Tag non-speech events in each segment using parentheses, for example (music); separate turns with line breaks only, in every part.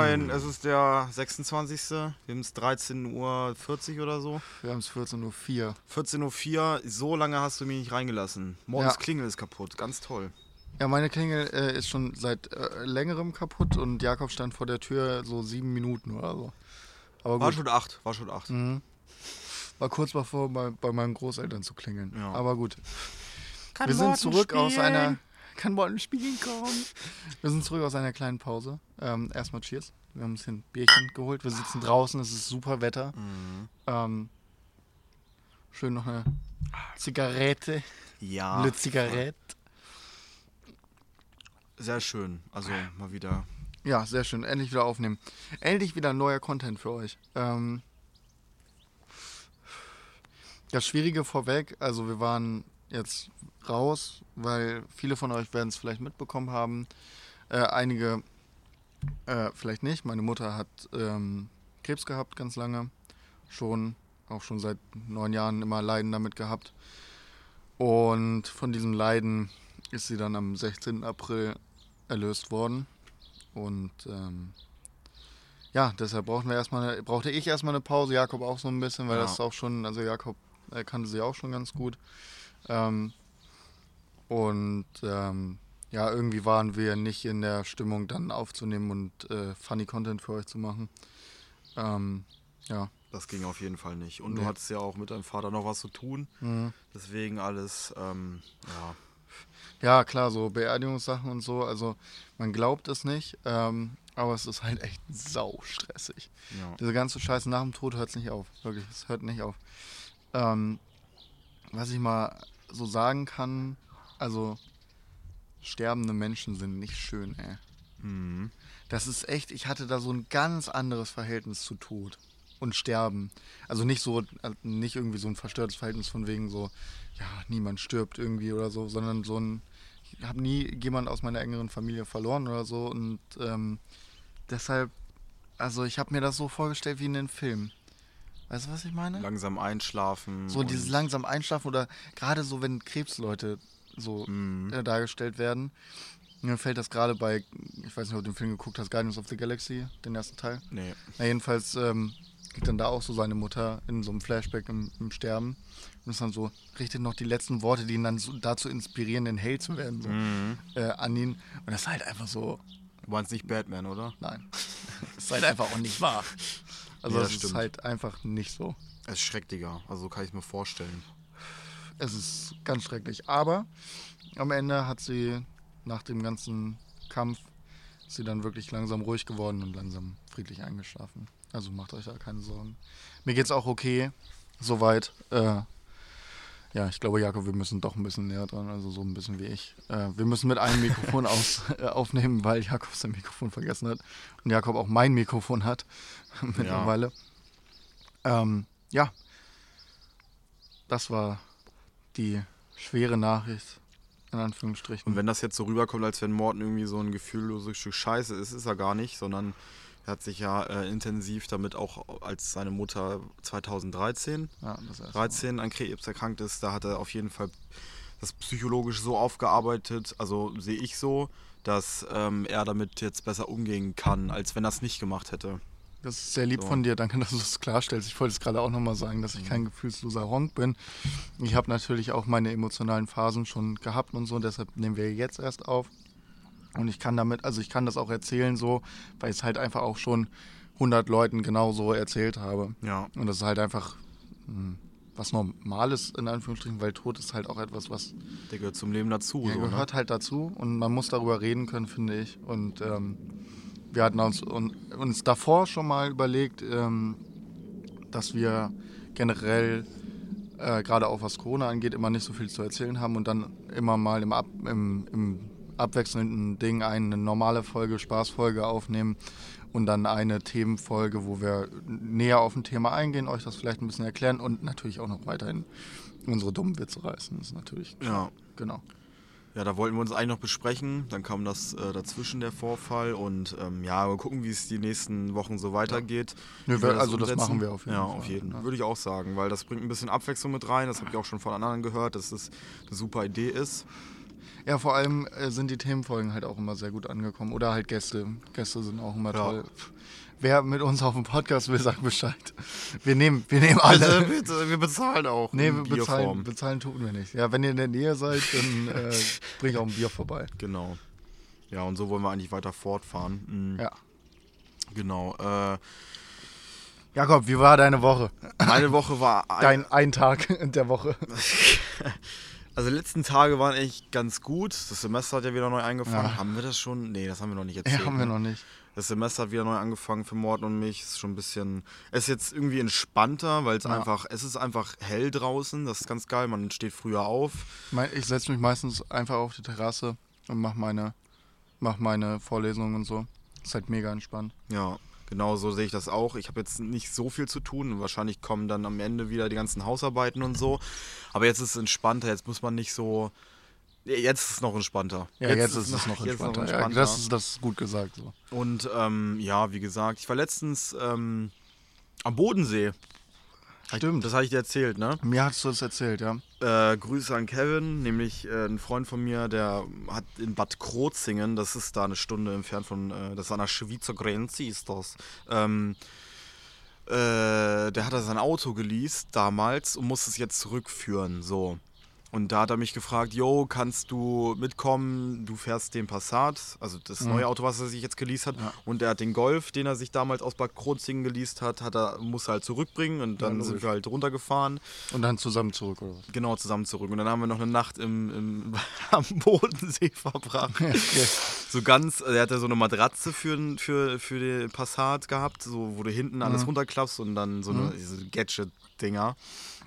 ist der 26. Wir haben es 13.40 Uhr oder so.
Wir haben es 14.04 Uhr.
14.04 Uhr, so lange hast du mich nicht reingelassen. Morgens
Ja.
Klingel ist kaputt, ganz toll.
Ja, meine Klingel äh, ist schon seit äh, längerem kaputt und Jakob stand vor der Tür so sieben Minuten oder so. Aber
War
gut, Mhm.
schon 8, war schon 8.
war kurz davor, bei, bei meinen Großeltern zu klingeln.
Ja.
Aber gut. Wir sind zurück aus einer. Kann Morten spielen kommen? Wir sind zurück aus einer kleinen Pause. Ähm, erstmal Cheers. Wir haben uns hier ein Bierchen geholt. Wir sitzen draußen, es ist super Wetter.
Mhm.
Ähm, schön noch eine
Ah.
Zigarette.
Ja,
Eine Zigarette.
sehr schön. Also mal wieder.
Ja, sehr schön. Endlich wieder aufnehmen. Endlich wieder neuer Content für euch. Ähm, das Schwierige vorweg, also wir waren jetzt raus, weil viele von euch werden es vielleicht mitbekommen haben. Äh, einige äh, vielleicht nicht. Meine Mutter hat ähm, Krebs gehabt ganz lange. Schon, auch schon seit neun Jahren immer Leiden damit gehabt. Und von diesem Leiden ist sie dann am 16. April erlöst worden. Und ähm, ja, deshalb brauchten wir erstmal, eine- brauchte ich erstmal eine Pause, Jakob auch so ein bisschen, weil
Ja.
das auch schon, also Jakob äh, kannte sie auch schon ganz gut. Ähm, und ähm, ja, irgendwie waren wir nicht in der Stimmung, dann aufzunehmen und äh, funny Content für euch zu machen. Ähm, ja,
Das ging auf jeden Fall nicht. Und
Nee.
du hattest ja auch mit deinem Vater noch was zu tun. Deswegen alles, ähm, ja.
Ja, klar, so Beerdigungssachen und so. Also, man glaubt es nicht, ähm, aber es ist halt echt saustressig.
Ja.
Diese ganze Scheiße nach dem Tod hört es nicht auf. Wirklich, es hört nicht auf. Ähm, was ich mal so sagen kann, also, sterbende Menschen sind nicht schön, ey.
Mhm.
Das ist echt, ich hatte da so ein ganz anderes Verhältnis zu Tod und Sterben. Also nicht so, also nicht irgendwie so ein verstörtes Verhältnis von wegen so, ja, niemand stirbt irgendwie oder so, sondern so ein, ich habe nie jemand aus meiner engeren Familie verloren oder so und ähm, deshalb, also ich habe mir das so vorgestellt wie in den Film. Weißt du, was ich meine?
Langsam einschlafen.
So
Hm, und-
dieses langsam Einschlafen oder gerade so, wenn Krebsleute so
Mhm.
äh, dargestellt werden. Mir fällt das gerade bei, ich weiß nicht, ob du den Film geguckt hast, Guardians of the Galaxy, den ersten Teil.
Nee.
Na, jedenfalls ähm, liegt dann da auch so seine Mutter in so einem Flashback im, im Sterben und ist dann so, richtet noch die letzten Worte, die ihn dann so dazu inspirieren, den Held zu werden, so,
Mhm.
äh, an ihn. Und das ist halt einfach so,
Du meinst nicht Batman, oder?
nein, (laughs) das ist halt einfach auch
(laughs)
nicht wahr. Also
Nee, das
das, ist
stimmt.
halt einfach nicht so.
Es ist schreck, Digga. Also so kann ich es mir vorstellen.
Es ist ganz schrecklich. Aber am Ende hat sie nach dem ganzen Kampf ist sie dann wirklich langsam ruhig geworden und langsam friedlich eingeschlafen. Also macht euch da keine Sorgen. Mir geht's auch okay. Soweit. Äh, ja, ich glaube, Jakob, wir müssen doch ein bisschen näher dran, also so ein bisschen wie ich. Äh, wir müssen mit einem Mikrofon aus, äh, aufnehmen, weil Jakob sein Mikrofon vergessen hat und Jakob auch mein Mikrofon hat (laughs) mittlerweile. Ähm, ja, das war die schwere Nachricht, in Anführungsstrichen.
Und wenn das jetzt so rüberkommt, als wenn Morten irgendwie so ein gefühlloses Stück Scheiße ist, ist er gar nicht, sondern er hat sich ja äh, intensiv damit auch, als seine Mutter 2013
ja, das erste Mal.
13 an Krebs erkrankt ist, da hat er auf jeden Fall das psychologisch so aufgearbeitet, also sehe ich so, dass ähm, er damit jetzt besser umgehen kann, als wenn er es nicht gemacht hätte.
Das ist sehr lieb
So. Mhm.
von dir, danke, dass du es klarstellst. Ich wollte es gerade auch nochmal sagen, dass ich kein gefühlsloser Honk bin. Ich habe natürlich auch meine emotionalen Phasen schon gehabt und so, deshalb nehmen wir jetzt erst auf. Und ich kann damit, also ich kann das auch erzählen so, weil ich es halt einfach auch schon 100 Leuten genau so erzählt habe.
Ja.
Und das ist halt einfach mh, was Normales in Anführungsstrichen, weil Tod ist halt auch etwas, was
Der gehört zum Leben dazu.
ja,
so, ne?
gehört halt dazu und man muss darüber reden können, finde ich. Und ähm, wir hatten uns, un, uns davor schon mal überlegt, ähm, dass wir generell, äh, gerade auch was Corona angeht, immer nicht so viel zu erzählen haben und dann immer mal im, Ab, im, im abwechselnden Ding eine normale Folge, Spaßfolge aufnehmen und dann eine Themenfolge, wo wir näher auf ein Thema eingehen, euch das vielleicht ein bisschen erklären und natürlich auch noch weiterhin unsere dummen Witze reißen. Das ist natürlich
Ja.
genau.
Ja, da wollten wir uns eigentlich noch besprechen. Dann kam das äh, dazwischen der Vorfall und ähm, ja, wir gucken, wie es die nächsten Wochen so weitergeht.
Nö,
Wie
wir-
wir
also das
umsetzen.
machen wir auf jeden
ja,
Fall,
Auf jeden.
ja.
Würde ich auch sagen, weil das bringt ein bisschen Abwechslung mit rein. Das habe ich auch schon von anderen gehört, dass das eine super Idee ist.
Ja, vor allem äh, sind die Themenfolgen halt auch immer sehr gut angekommen. Oder halt Gäste. Gäste sind auch immer
Ja.
toll. Pff, Wer mit uns auf dem Podcast will, sagt Bescheid. Wir nehmen, wir nehmen (laughs) alle.
wir, Also, wir bezahlen auch.
Nee,
in
wir bezahlen,
Bierform.
bezahlen tun wir nicht. Ja, wenn ihr in der Nähe seid, dann (laughs) äh, bring auch ein Bier vorbei.
Genau. Ja, und so wollen wir eigentlich weiter fortfahren. Mhm,
Ja.
Genau. Äh,
Jakob, wie war deine Woche?
meine Woche war ein-
Dein ein Tag in der Woche.
(laughs) Also die letzten Tage waren echt ganz gut. Das Semester hat ja wieder neu angefangen.
Ja.
Haben wir das schon? Nee, das haben wir noch nicht erzählt.
Ja, haben wir
ne?
noch nicht.
Das Semester hat wieder neu angefangen für Morten und mich. Ist schon ein bisschen. Es ist jetzt irgendwie entspannter, weil es
Ja.
einfach. Es ist einfach hell draußen. Das ist ganz geil. Man steht früher auf.
Mein- Ich setze mich meistens einfach auf die Terrasse und mache meine, mach meine Vorlesungen und so. Ist halt mega entspannt.
Ja, genau so sehe ich das auch. Ich habe jetzt nicht so viel zu tun. Wahrscheinlich kommen dann am Ende wieder die ganzen Hausarbeiten und so. Aber jetzt ist es entspannter. Jetzt muss man nicht so. Jetzt ist es noch entspannter.
Ja, jetzt, ist es noch
jetzt
entspannter. Ja, das, ist, das ist gut gesagt so.
Und ähm, ja, wie gesagt, ich war letztens ähm, am Bodensee.
Stimmt.
Das hatte ich dir erzählt, ne?
Mir hast du das erzählt, ja.
Äh, Grüße an Kevin, nämlich äh, ein Freund von mir, der hat in Bad Krozingen, das ist da eine Stunde entfernt von, äh, das ist an der Schweizer Grenze, ist das. Ähm, äh, der hat da sein Auto geleast damals und muss es jetzt zurückführen, so. Und da hat er mich gefragt, yo, kannst du mitkommen? Du fährst den Passat, also das neue Auto, was er sich jetzt geleast hat.
Mhm. Ja.
Und er hat den Golf, den er sich damals aus Bad Krozingen geleast hat, hat er, muss er halt zurückbringen. Und dann
logisch.
sind wir halt runtergefahren
Und dann zusammen zurück oder was?
genau zusammen zurück. Und dann haben wir noch eine Nacht im, im, (laughs) am Bodensee verbracht. So ganz, also er hatte so eine Matratze für, den- für, für den Passat gehabt, so, wo du hinten
Mhm.
alles runterklappst und dann so eine diese Gadget-Dinger.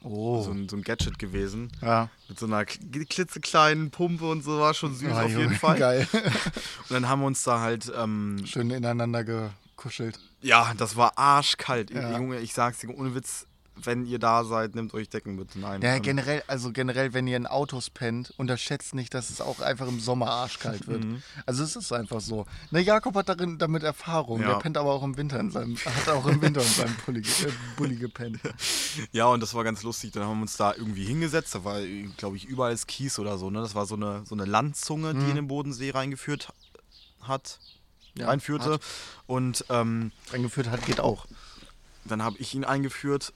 Oh.
So, ein, so ein Gadget gewesen.
ja.
Mit so einer kl- klitzekleinen Pumpe und so war schon süß
Ah,
auf jeden
Junge,
Fall.
Geil.
Und dann haben wir uns da halt ähm,
(laughs) Schön ineinander gekuschelt.
Ja, das war arschkalt.
Ja.
Junge, ich sag's dir, ohne Witz, wenn ihr da seid, nehmt euch Decken mit. Nein.
Ja,
ähm,
generell, also generell, wenn ihr in Autos pennt, unterschätzt nicht, dass es auch einfach im Sommer arschkalt wird. Also es ist einfach so. Ne, Jakob hat darin damit Erfahrung.
Ja.
Der pennt aber auch im Winter in seinem, hat auch im Winter in seinem Pulli, ge- äh, Bulli gepennt.
Ja, und das war ganz lustig. Dann haben wir uns da irgendwie hingesetzt. Da war, glaube ich, überall ist Kies oder so. Ne? Das war so eine, so eine Landzunge, die in den Bodensee reingeführt hat.
Mhm. Ja,
reinführte.
hat.
Und ähm,
(laughs) Eingeführt hat, geht auch.
dann habe ich ihn
(laughs)
eingeführt.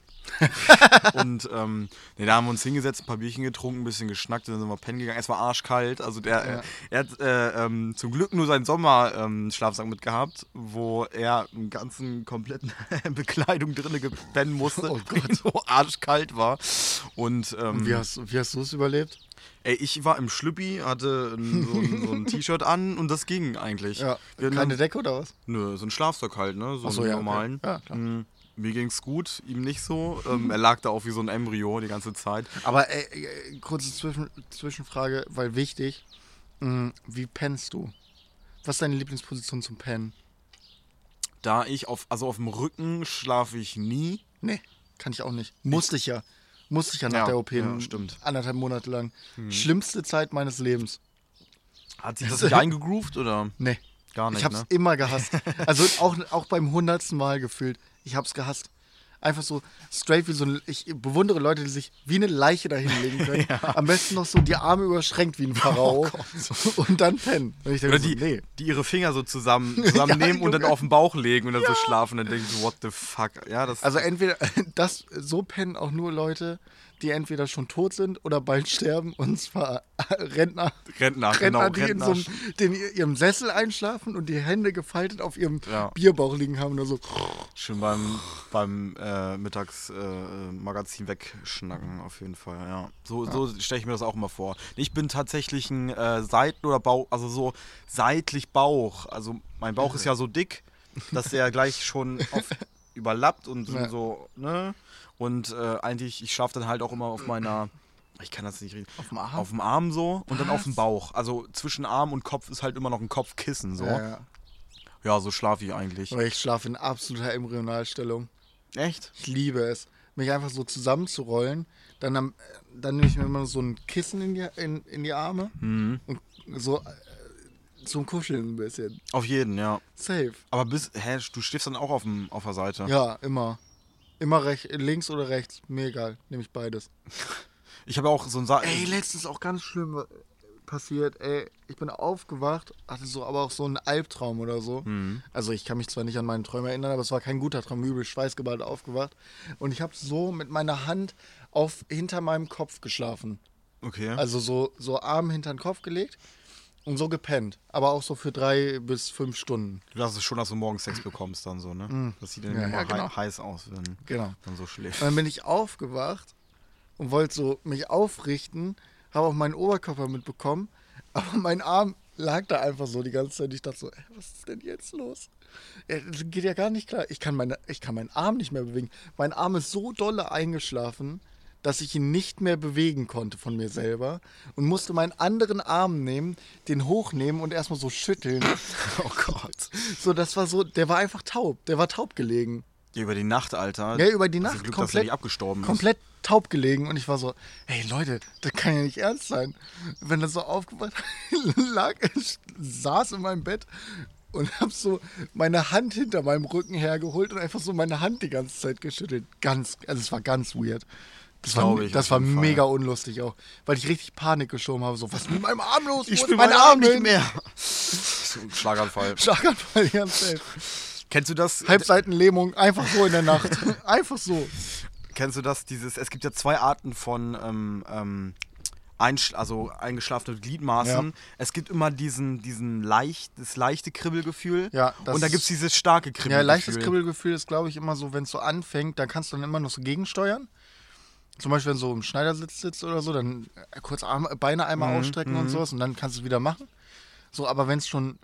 und ähm, nee, da haben wir uns hingesetzt, ein paar Bierchen getrunken, ein bisschen geschnackt, dann sind wir pennen gegangen. Es war arschkalt. Also der, äh, er hat äh, ähm, zum Glück nur seinen Sommerschlafsack mitgehabt, wo er im ganzen kompletten (laughs) Bekleidung drinnen pennen musste. (laughs)
Oh Gott.
So arschkalt war. Und ähm,
Wie hast, wie hast du es überlebt?
Ey, ich war im Schlüppi, hatte ein, so ein,
(laughs)
so ein T-Shirt an und das ging eigentlich.
Ja,
Wir hatten
keine
dann-
Decke oder was?
Nö, so ein Schlafsack halt, ne? So
Ach so,
einen
ja, okay.
normalen.
Ja, klar.
Mm, Mir ging's gut, ihm nicht so. Ähm, er lag da auch wie so ein Embryo die ganze Zeit.
Aber äh, äh, kurze Zwischen Zwischenfrage, weil wichtig. Mm, wie pennst du? Was ist deine Lieblingsposition zum Pennen?
Da ich auf, also auf dem Rücken schlafe ich nie.
Nee, kann ich auch nicht. Musste ich ja. Musste ich ja nach
Ja,
der OP.
ja, stimmt. Hm.
Anderthalb Monate lang. Schlimmste Zeit meines Lebens.
Hat sich das nicht (laughs) eingegroovt oder?
Nee.
Gar nicht,
Ich hab's
ne? (laughs)
immer gehasst. Also auch, auch beim hundertsten Mal gefühlt. Ich hab's gehasst. Einfach so straight wie so ein. Ich bewundere Leute, die sich wie eine Leiche dahinlegen
(laughs)
können. Am besten noch so die Arme überschränkt wie ein Pharao. und dann pennen. Und ich denke
Oh Oder
so,
die,
nee.
die ihre Finger so (laughs) zusammen, zusammennehmen und dann
Junge.
auf den Bauch legen und dann so schlafen. Dann denke ich so, what the fuck? Ja, das
Also entweder (laughs) das so pennen auch nur Leute, die entweder schon tot sind oder bald sterben und zwar (laughs) Rentner.
Rentner,
Rentner,
genau.
die in
Rentner.
so einem, den, ihrem Sessel einschlafen und die Hände gefaltet auf ihrem
Ja.
Bierbauch liegen haben oder so.
Schön beim, beim äh, Mittagsmagazin äh, Magazin wegschnacken, auf jeden Fall, ja. So, so stelle ich mir das auch immer vor. Ich bin tatsächlich ein äh, Seiten- oder Bauch, also so seitlich Bauch. Also mein Bauch ist ja so dick, dass der gleich schon auf,
(laughs)
überlappt und
Ja.
so, ne? Und äh, eigentlich, ich schlafe dann halt auch immer auf meiner, ich kann das nicht reden,
Auf dem Arm?
auf dem Arm so und dann auf dem Bauch. Also zwischen Arm und Kopf ist halt immer noch ein Kopfkissen, so. Ja,
Ja,
so schlafe ich eigentlich.
aber ich schlafe in absoluter Embryonalstellung.
Echt?
Ich liebe es, mich einfach so zusammenzurollen. Dann, am, dann nehme ich mir immer so ein Kissen in die, in, in die Arme
Mhm.
und so äh, zum Kuscheln ein bisschen.
Auf jeden, ja.
Safe.
Aber bis, hä, du schläfst dann auch auf, dem, auf der Seite.
Ja, immer. Immer rechts, links oder rechts, mir egal, nehme ich beides.
Ich habe auch so ein Sa
Ey, letztens auch ganz schlimm. äh, passiert, ey, ich bin aufgewacht, hatte so aber auch so einen Albtraum oder so. Also ich kann mich zwar nicht an meine Träume erinnern, aber es war kein guter Traum, übel schweißgebadet aufgewacht. Und ich habe so mit meiner Hand auf hinter meinem Kopf geschlafen.
Okay.
Also so, so Arm hinter den Kopf gelegt und so gepennt. Aber auch so für drei bis fünf Stunden.
du darfst es schon, dass du morgens Sex bekommst dann so, ne? Das sieht dann
Ja,
immer
ja, genau.
hei- heiß aus, wenn
Genau.
dann so schläft.
Und dann bin ich aufgewacht und wollte so mich aufrichten, habe auch meinen Oberkörper mitbekommen, (laughs) aber mein Arm lag da einfach so die ganze Zeit. Ich dachte so, "Ey, was ist denn jetzt los? Ja, Das geht ja gar nicht klar. Ich kann, meine, ich kann meinen Arm nicht mehr bewegen. Mein Arm ist so dolle eingeschlafen, dass ich ihn nicht mehr bewegen konnte von mir selber und musste meinen anderen Arm nehmen, den hochnehmen und erstmal so schütteln.
(laughs) Oh Gott.
So, das war so, der war einfach taub. Der war taub gelegen.
Ja, über die Nacht, Alter.
Ja, über die
Hast du
Nacht
also Glück, dass er
komplett-
nicht abgestorben ist.
komplett taub gelegen und ich war so, hey Leute, das kann ja nicht ernst sein. Wenn das so aufgewacht (laughs) lag, ich saß in meinem Bett und hab so meine Hand hinter meinem Rücken hergeholt und einfach so meine Hand die ganze Zeit geschüttelt. Ganz, also es war ganz weird. Das war,
Glaube ich
das
auf
war
jeden Fall.
mega unlustig auch, weil ich richtig Panik geschoben habe. So, was ist mit meinem Arm los? Wo
Ich
ist
spüre
mein
meinen Arm nicht
hin?
mehr.
(laughs)
So ein Schlaganfall.
Schlaganfall ganz safe.
Kennst du das?
Halbseitenlähmung, einfach so in
(laughs)
der Nacht. Einfach so.
Kennst du das? Dieses, es gibt ja zwei Arten von ähm, ähm, einsch also eingeschlafenen Gliedmaßen.
Ja.
Es gibt immer diesen, diesen leicht, das leichte Kribbelgefühl.
Ja, das
und dann gibt es dieses starke Kribbelgefühl.
Ja, leichtes Kribbelgefühl ist, glaube ich, immer so, wenn es so anfängt, dann kannst du dann immer noch so gegensteuern. Zum Beispiel, wenn du so im Schneidersitz sitzt oder so, dann äh, kurz Arme, Beine einmal
Mhm,
ausstrecken und sowas und dann kannst du es wieder machen. So, aber wenn es schon,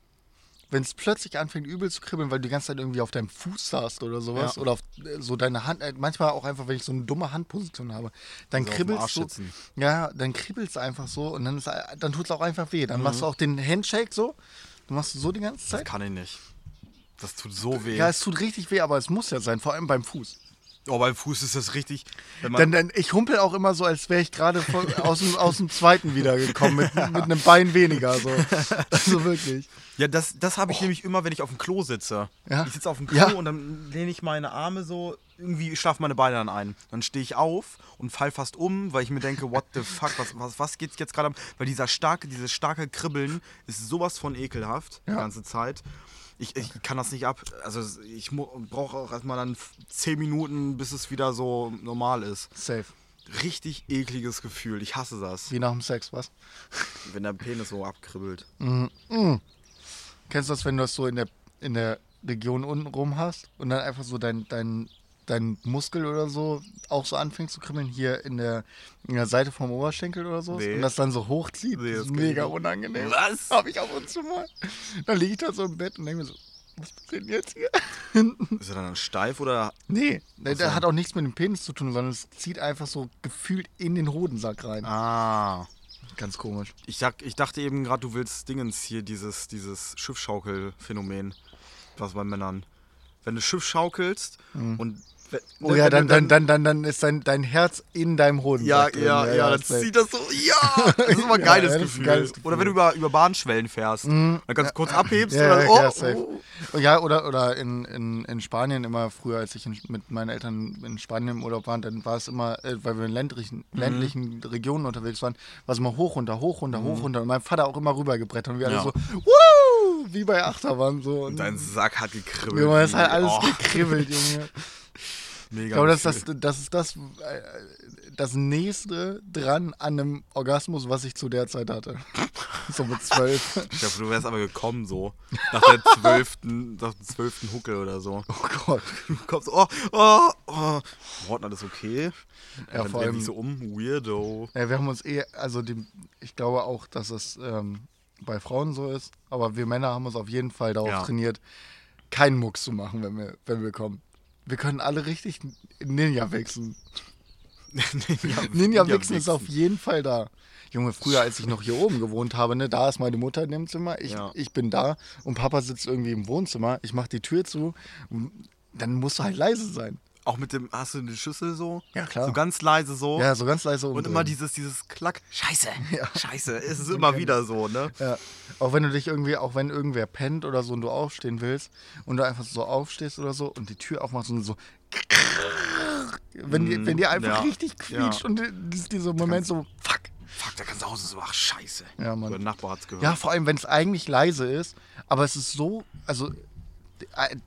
wenn es plötzlich anfängt, übel zu kribbeln, weil du die ganze Zeit irgendwie auf deinem Fuß saßt oder sowas
Ja.
oder auf äh, so deine Hand, äh, manchmal auch einfach, wenn ich so eine dumme Handposition habe, dann
Also auf dem Arsch
kribbelst du.
sitzen.
Ja, dann kribbelst du einfach so und dann, ist, äh, dann tut es auch einfach weh.
Mhm.
Dann machst du auch den Handshake so. Du machst so die ganze Zeit.
Das kann ich nicht. Das tut so weh.
Ja, es tut richtig weh, aber es muss ja sein, vor allem beim Fuß.
oh, beim Fuß ist das richtig. Wenn man,
Denn, denn ich humpel auch immer so, als wäre ich gerade von- (laughs) aus, dem- aus dem zweiten
(laughs)
wiedergekommen, mit, mit einem Bein weniger. So. Also wirklich.
ja, das, das habe ich nämlich immer, wenn ich auf dem Klo sitze.
Oh. Ja.
Ich sitze auf dem Klo
Ja.
und dann lehne ich meine Arme so, irgendwie schlafen meine Beine dann ein. Dann stehe ich auf und fall fast um, weil ich mir denke, what the fuck, was, was, was geht jetzt gerade ab? Weil dieser starke, dieses starke Kribbeln ist sowas von ekelhaft die
Ja.
ganze Zeit. Ich, ich kann das nicht ab. Also ich brauche auch erstmal dann 10 Minuten, bis es wieder so normal ist.
Safe.
Richtig ekliges Gefühl. Ich hasse das.
Wie nach dem Sex, was?
Wenn der Penis so
(laughs)
abkribbelt.
Kennst du das, wenn du das so in der, in der Region unten rum hast und dann einfach so dein, dein, dein Muskel oder so auch so anfängt zu kribbeln, hier in der, in der Seite vom Oberschenkel oder so,
Nee.
und das dann so hochzieht?
Nee,
das
das
ist
kenn ich
mega
nicht.
unangenehm.
Was?
Hab ich ab und zu mal. Dann liege ich da so im Bett und denke mir so, was passiert denn jetzt hier?
Ist er dann steif oder
Nee,
Ach
der,
so.
der hat auch nichts mit dem Penis zu tun, sondern es zieht einfach so gefühlt in den Hodensack rein.
Ah.
Ganz komisch.
Ich, sag, ich dachte eben gerade, du willst Dingens hier, dieses, dieses Schiffschaukel-Phänomen. Was bei Männern. Wenn du Schiff schaukelst und. we-
Oh
ne,
ja,
wenn
dann,
du
dann, dann, dann, dann ist dein, dein Herz in deinem
Ja,
Hodensack. drin.
ja, ja, dann
safe.
zieht das so. Ja! Das ist immer ein
(laughs) Ja,
geiles,
ja, das ist ein
Gefühl.
geiles Gefühl. Mhm.
Oder wenn du über, über Bahnschwellen fährst. Dann kannst du kurz abhebst
Ja,
oder
ja,
oh,
ja, safe.
oh.
Oh, ja, oder, oder in, in, in Spanien immer früher, als ich in, mit meinen Eltern in Spanien im Urlaub war, dann war es immer, äh, weil wir in ländlichen,
Mhm.
ländlichen Regionen unterwegs waren, war es immer hoch, runter, hoch, runter, hoch, runter. Und mein Vater auch immer rübergebrettert und wir
Mhm. Ja.
alle so, wuh, wie bei Achterbahn so. Und
oh. Dein Sack hat gekribbelt.
Junge, das hat halt alles
oh,
gekribbelt, Junge.
mega
Ich glaube, das,
Gefühl.
ist das, das ist das, äh, das nächste dran an einem Orgasmus, was ich zu der Zeit hatte. (laughs) so mit zwölf.
Ich glaube, du wärst aber gekommen so. Nach der zwölften, nach dem zwölften Huckel oder so.
(laughs) Oh Gott.
Du kommst, oh, oh, oh. Morten, alles okay?
Ja,
dann
vor
drehen
allem-
sich so um,
(laughs)
weirdo.
Ja, wir haben uns eh, also die, ich glaube auch, dass es ähm, bei Frauen so ist, aber wir Männer haben uns auf jeden Fall darauf
Ja.
trainiert, keinen Mucks zu machen, wenn wir, wenn wir kommen. Wir können alle richtig Ninja wechseln.
(laughs) Ninja,
(laughs) Ninja Wixen ist auf jeden Fall da. Junge, früher, als ich noch hier oben gewohnt habe, ne, da ist meine Mutter in dem Zimmer, ich,
Ja.
ich bin da und Papa sitzt irgendwie im Wohnzimmer, ich mache die Tür zu, dann musst du halt leise sein.
Auch mit dem, hast du eine Schüssel so?
Ja, klar.
So ganz leise so.
Ja, so ganz leise
Und
umdrehen.
immer dieses, dieses Klack. Scheiße,
(laughs) Ja.
scheiße. Es ist immer wieder so, ne?
Ja. Auch wenn du dich irgendwie, auch wenn irgendwer pennt oder so und du aufstehen willst und du einfach so aufstehst oder so und die Tür aufmachst und so. (laughs) Wenn dir, wenn dir einfach
ja.
richtig quietscht
Mm, Ja.
und die- die- dieser Moment so, fuck,
Fuck, der ganze Haus ist so, ach scheiße.
Ja, Mann.
Der Nachbar hat's gehört.
Ja, vor allem, wenn es eigentlich leise ist, aber es ist so, also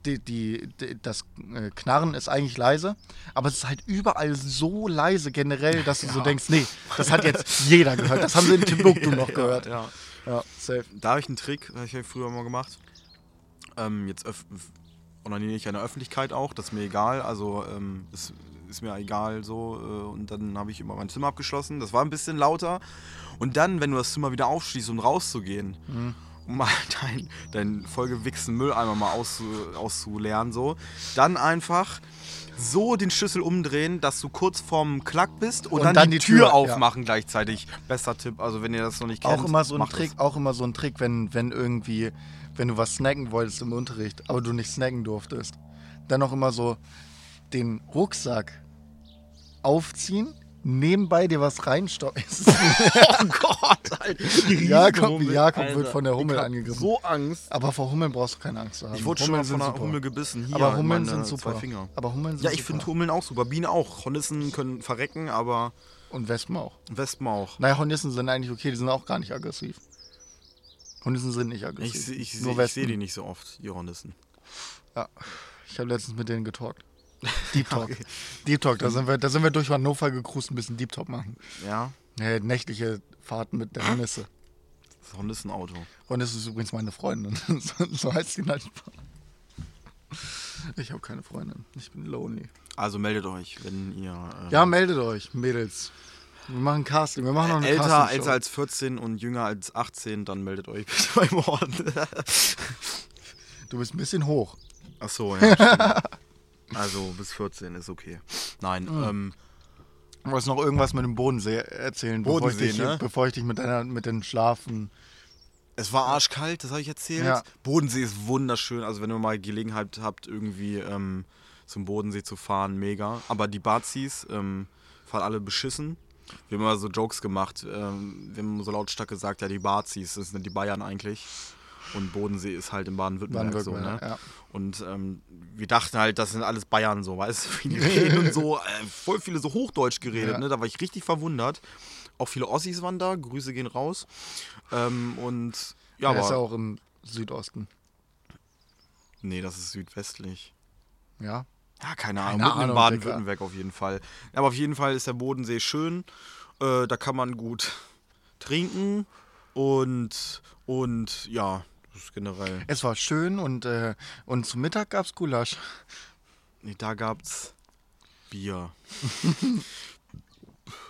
die, die, die, das äh, Knarren ist eigentlich leise, aber es ist halt überall so leise generell, dass du so denkst, nee, das hat jetzt (laughs) jeder gehört. Das haben sie in Timbuktu noch gehört. Ja,
(laughs) ja.
safe.
Da habe ich einen Trick, habe ich ja früher mal gemacht. Ähm, jetzt öff- onaniere ich in der Öffentlichkeit auch, das ist mir egal. Also ähm, ist, ist mir egal so. Äh, und dann habe ich immer mein Zimmer abgeschlossen. Das war ein bisschen lauter. Und dann, wenn du das Zimmer wieder aufschließt, um rauszugehen,
Mhm.
um mal (laughs) deinen dein vollgewichsten Mülleimer mal auszu, auszuleeren, so, dann einfach so den Schlüssel umdrehen, dass du kurz vorm Klack bist und, dann, die, Tür,
ja.
aufmachen gleichzeitig. Besser Tipp, also wenn ihr das noch nicht kennt.
Auch immer so ein
macht
Trick, auch immer so ein Trick, wenn, wenn irgendwie, wenn du was snacken wolltest im Unterricht, aber du nicht snacken durftest, dann auch immer so den Rucksack aufziehen, nebenbei dir was reinstopfen. (laughs)
Oh Gott, Alter. Die
Jakob,
Riesenhummel,
Jakob
Alter.
wird von der Hummel
Ich hab
angegriffen.
So Angst.
Aber vor Hummeln brauchst du keine Angst zu haben.
Ich wurde schon
Hummeln
mal von
sind
einer
super.
Hummel gebissen. Hier,
aber Hummeln
meine
sind super.
Zwei Finger.
Aber Hummeln sind
Ja, ich
super.
finde Hummeln auch super. Bienen auch. Hornissen können verrecken, aber
Und Wespen auch.
Wespen auch.
Naja, Hornissen sind eigentlich okay, die sind auch gar nicht aggressiv. Hornissen sind nicht aggressiv.
Ich, ich, ich,
Nur
ich
Wespen.
sehe die nicht so oft, die Hornissen.
Ja. Ich habe letztens mit denen
(laughs)
getalkt. Deep Talk. Deep Talk, da sind, wir, da sind wir durch Hannover gegrüßt, ein bisschen Deep Talk machen.
Ja,
Nee, nächtliche Fahrten mit der Hornisse.
das Hornissenauto.
Hornisse ist übrigens meine Freundin. (laughs) so, so heißt sie halt. Ich habe keine Freundin. Ich bin lonely.
Also meldet euch, wenn ihr äh,
Ja, meldet euch, Mädels. Wir machen Casting. Wir machen noch eine
älter
Castingshow.
als, als 14 und jünger als 18, dann meldet euch bitte beim Orden.
Du bist ein bisschen hoch.
Ach so,
(laughs)
ja. stimmt. also bis 14 ist okay. Nein, ähm,
Du wolltest noch irgendwas mit dem Bodensee erzählen, bevor,
Bodensee,
ich dich,
ne?
bevor ich dich mit, deiner, mit den Schlafen.
Es war arschkalt, das habe ich erzählt.
Ja.
Bodensee ist wunderschön. Also wenn ihr mal Gelegenheit habt, irgendwie ähm, zum Bodensee zu fahren, mega. Aber die Bazis ähm, fahren alle beschissen. Wir haben immer so Jokes gemacht. Ähm, wir haben so lautstark gesagt, ja, die Bazis, das sind die Bayern eigentlich. Und Bodensee ist halt in Baden-Württemberg so, ne?
Baden-Württemberg, ja.
Und ähm, wir dachten halt, das sind alles Bayern so, weißt du, wie die reden und so. Äh, voll viele so Hochdeutsch geredet,
Ja.
ne? Da war ich richtig verwundert. Auch viele Ossis waren da, Grüße gehen raus. Ähm, und ja,
Ja, der
aber.
ist ja auch im Südosten.
nee, das ist südwestlich.
Ja.
Ja, keine Ahnung.
Keine
Mitten in
Ahnung,
Baden-Württemberg auf jeden Fall. Aber auf jeden Fall ist der Bodensee schön. Äh, da kann man gut trinken und, und ja, das ist generell.
Es war schön und, äh, und zum Mittag gab's Gulasch.
Nee, da gab's
(laughs)
Bier.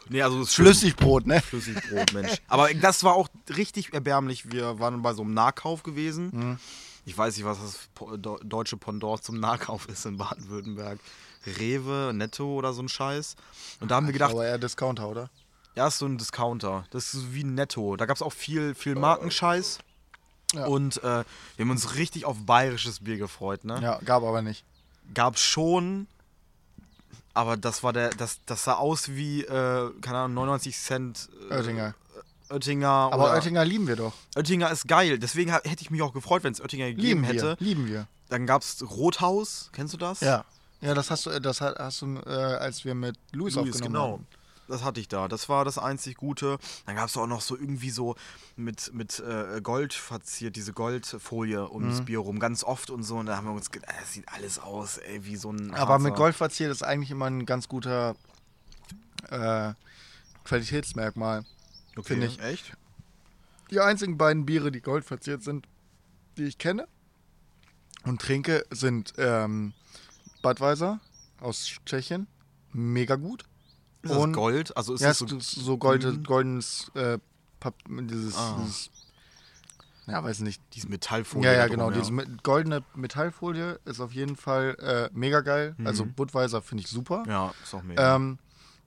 nee, also es ist schön.
Flüssigbrot, ne?
Flüssigbrot, Mensch. Aber das war auch richtig erbärmlich. Wir waren bei so einem Nahkauf gewesen. Ich weiß nicht, was das po- do- deutsche Pendant zum Nahkauf ist in Baden-Württemberg. Rewe, Netto oder so ein Scheiß. Und da haben wir gedacht,
Aber eher Discounter, oder?
ja, ist so ein Discounter. Das ist wie ein Netto. Da gab es auch viel, viel Markenscheiß.
Ja.
Und äh, wir haben uns richtig auf bayerisches Bier gefreut, ne?
Ja, gab aber nicht.
Gab's schon, aber das war der, das, das sah aus wie, äh, keine Ahnung, 99 Cent äh,
Oettinger.
Oettinger.
Aber
oder
Oettinger lieben wir doch.
Oettinger ist geil, deswegen ha- hätte ich mich auch gefreut, wenn es Oettinger gegeben
Lieben
hätte.
wir. Lieben wir.
Dann gab es Rothaus, kennst du das?
Ja. Ja, das hast du, das hat- hast du, äh, als wir mit Luis,
Luis,
aufgenommen
genau.
haben.
Das hatte ich da. Das war das einzig Gute. Dann gab es auch noch so irgendwie so mit, mit äh, Gold verziert, diese Goldfolie um
Mhm.
das Bier rum, ganz oft und so. Und da haben wir uns gedacht, das sieht alles aus, ey, wie so ein.
Aber mit
Harzer.
Gold verziert ist eigentlich immer ein ganz guter äh, Qualitätsmerkmal.
okay.
finde ich.
Echt?
Die einzigen beiden Biere, die Gold verziert sind, die ich kenne und trinke, sind ähm, Budweiser aus Tschechien. Mega gut.
Ist das
Und-
Gold? Also ist
ja,
das
es
so.
ist so gold,
grün?
goldenes äh, Pap dieses,
Ah.
dieses. Ja, weiß nicht.
Diese Metallfolie.
ja,
da
ja,
drum,
genau. Diese mit- goldene Metallfolie ist auf jeden Fall äh, mega geil. Also Budweiser finde ich super.
Mhm. Ja, ist auch mega.
Ähm,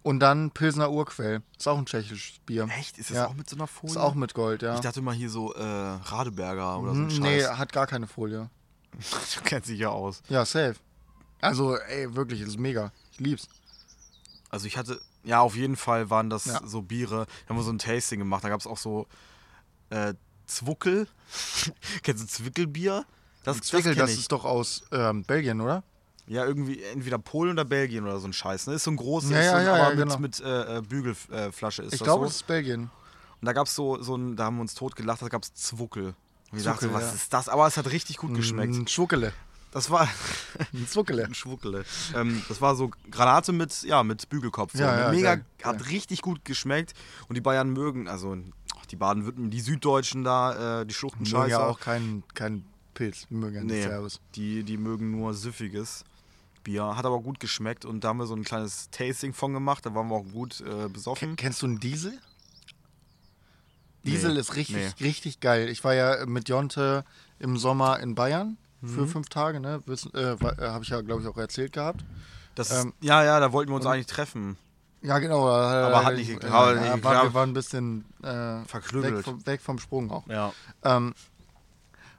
und dann Pilsner Urquell. Ist auch ein tschechisches Bier.
Echt? Ist das
Ähm, ja.
auch mit so einer Folie?
Ist auch mit Gold, ja.
Ich dachte mal hier so äh, Radeberger oder so ein
Hm, nee,
Scheiß.
hat gar keine Folie.
Du kennst dich ja aus.
Ja, safe. Also, ey, wirklich, das ist mega. Ich lieb's.
Also ich hatte, ja, auf jeden Fall waren das
Ja.
so Biere. Da haben wir so ein Tasting gemacht. Da gab es auch so äh, Zwuckel. (laughs) Kennst du Zwickelbier? Das, das
Zwickel, das
kenn ich.
ist doch aus ähm, Belgien, oder?
Ja, irgendwie entweder Polen oder Belgien oder so ein Scheiß. Ne? Ist so ein großes,
Ja,
ist
ja,
so ein,
ja,
aber
ja,
mit,
genau.
mit äh, äh, Bügelflasche ist
Ich
das
glaube,
so.
das ist Belgien.
Und da gab es so, so ein, da haben wir uns tot gelacht, da gab es Zwuckel. Und ich dachte,
Zwuckel,
was
ja. Mm.
ist das? Aber es hat richtig gut geschmeckt.
Ein Schwuckele.
Das war (laughs)
Ein Schwuckele.
ein Schwuckele. Ähm, das war so Granate mit, ja, mit Bügelkopf. So. ne?
Ja, ja,
Mega,
geil,
hat
geil.
richtig gut geschmeckt. Und die Bayern mögen, also ach, die Baden-Württemberg, die Süddeutschen da, äh, die
Mögen
Schluchtenscheißer,
ja auch keinen kein Pilz. Wir mögen ja nicht
Nee.
Servus.
die, die mögen nur süffiges Bier. Hat aber gut geschmeckt und da haben wir so ein kleines Tasting von gemacht. Da waren wir auch gut äh,
Ke-
besoffen.
Kennst du einen Diesel? Diesel
Nee,
ist richtig, richtig geil. Ich war ja mit Jonte im Sommer in Bayern
Mhm.
für fünf Tage, ne? Wissen- Äh, Habe ich ja, glaube ich, auch erzählt gehabt.
Das ist,
Ähm,
ja, ja, da wollten wir uns eigentlich treffen.
Ja, genau. Aber
hat nicht geklappt,
Ja,
hat nicht
ja, war,
geklappt.
wir waren ein bisschen äh,
Verklügelt.
Weg vom, weg vom Sprung auch.
Ja.
Ähm,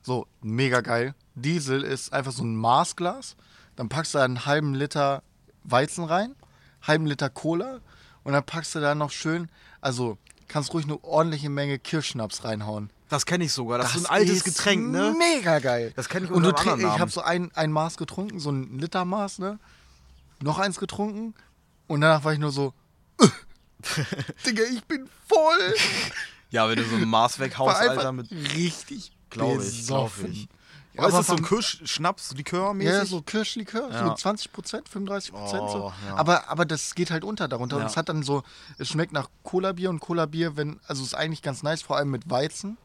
so, mega geil. Diesel ist einfach so ein Maßglas. Dann packst du da einen halben Liter Weizen rein, halben Liter Cola und dann packst du da noch schön, also kannst ruhig eine ordentliche Menge Kirschschnaps reinhauen.
Das kenne ich sogar. Das, ist so ein altes
ist
Getränk, ne?
Mega geil.
Das kenn ich
Und du
unter einem
trinkst,
anderen
ich habe
Namen.
so ein, ein Maß getrunken, so ein Liter Maß, ne? Noch eins getrunken und danach war ich nur so, (laughs) Digga, ich bin voll.
Ja, wenn du so ein Maß
War
weghaust,
einfach
Alter, mit.
richtig
Glaube ich, glaube
besoffen.
ich.
Ja,
Aber ist
aber
das so ein
vom-
Kirsch-Schnaps-Likör-mäßig?
Ja, so Kirschlikör, so
Ja.
20 Prozent, 35 Prozent. so.
Oh, ja.
aber, aber das geht halt unter darunter. Und
Ja.
es hat dann so, es schmeckt nach Cola-Bier und Cola-Bier, wenn, also ist eigentlich ganz nice, vor allem mit Weizen.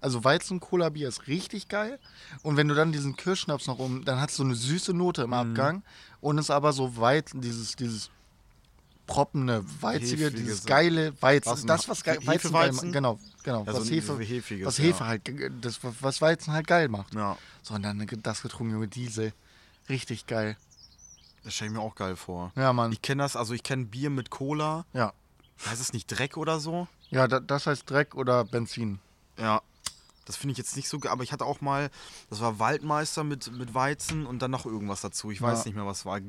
Also Weizen-Cola-Bier ist richtig geil. Und wenn du dann diesen Kirschschnaps noch um, dann hat es so eine süße Note im
Mhm.
Abgang. Und ist aber so Weizen, dieses, dieses proppende, weizige,
Hefige
dieses
Sa-
geile Weizen.
Was ein
das, was geil,
He-
Weizen geil macht.
Hefeweizen?
Genau, genau.
Ja, so
was
ein
Hefe,
hefiges,
was
ja.
Hefe halt, ge- das, was Weizen halt geil macht.
Ja,
So, und dann das getrunken, Junge, Diesel. Richtig geil.
das stelle ich mir auch geil vor.
Ja, Mann.
Ich kenne das, also ich kenne Bier mit Cola.
Ja.
Heißt es nicht Dreck oder so?
Ja, da, das heißt Dreck oder Benzin.
Ja. Das finde ich jetzt nicht so ge- aber ich hatte auch mal, das war Waldmeister mit, mit Weizen und dann noch irgendwas dazu. Ich weiß
Ja.
nicht mehr, was war.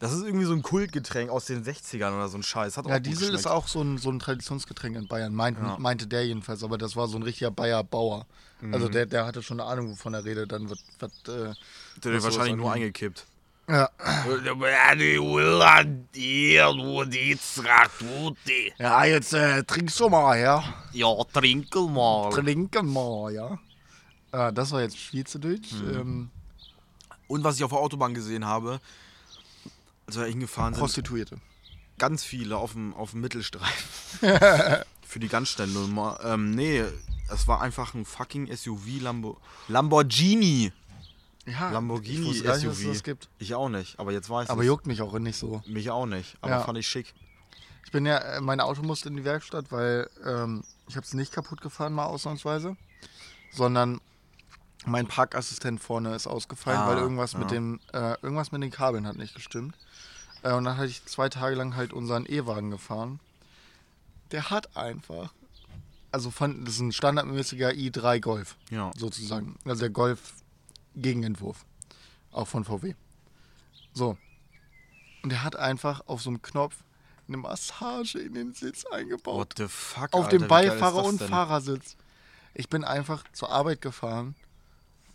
Das ist irgendwie so ein Kultgetränk aus den 60ern oder so ein Scheiß. Hat auch
Ja,
gut
Diesel ist
geschmeckt.
auch so ein, so ein Traditionsgetränk in Bayern, meint,
Ja.
meinte der jedenfalls, aber das war so ein richtiger Bayer Bauer. Also der, der hatte schon eine Ahnung, wovon er redet, dann wird, wird äh,
Der wird
was sowas
wahrscheinlich nur
angeht.
eingekippt.
ja. ja, jetzt äh, trinkst du mal, ja.
Ja, trinkel
Oh.
mal.
Trinken mal, ja. Äh, das war jetzt Schweizerdeutsch. Ähm,
Und was ich auf der Autobahn gesehen habe, als wir da hingefahren sind,
Prostituierte.
ganz viele auf dem, auf dem Mittelstreifen.
(laughs)
Für die Ganzstellnummer. Ähm, nee, es war einfach ein fucking SUV Lambo Lamborghini.
Ja,
Lamborghini
Ah, ich wusste gar nicht, dass es
SUV.
das gibt.
Ich auch nicht, aber jetzt weiß
Aber
ich.
juckt mich auch nicht so.
Mich auch nicht, aber
Ja.
fand ich schick.
Ich bin ja, äh, mein Auto musste in die Werkstatt, weil ähm, ich habe es nicht kaputt gefahren, mal ausnahmsweise, sondern mein Parkassistent vorne ist ausgefallen,
Ah,
weil irgendwas
ja.
mit dem, äh, irgendwas mit den Kabeln hat nicht gestimmt. Äh, und dann hatte ich zwei Tage lang halt unseren E-Wagen gefahren. Der hat einfach, also von, das ist ein standardmäßiger i3 Golf
Ja.
sozusagen. Also der Golf-Gegenentwurf. Auch von VW. So. Und der hat einfach auf so einem Knopf eine Massage in den Sitz
What
eingebaut.
the fuck?
auf
Alter,
dem
wie geil ist
Beifahrer-
das
und
denn?
Fahrersitz. Ich bin einfach zur Arbeit gefahren,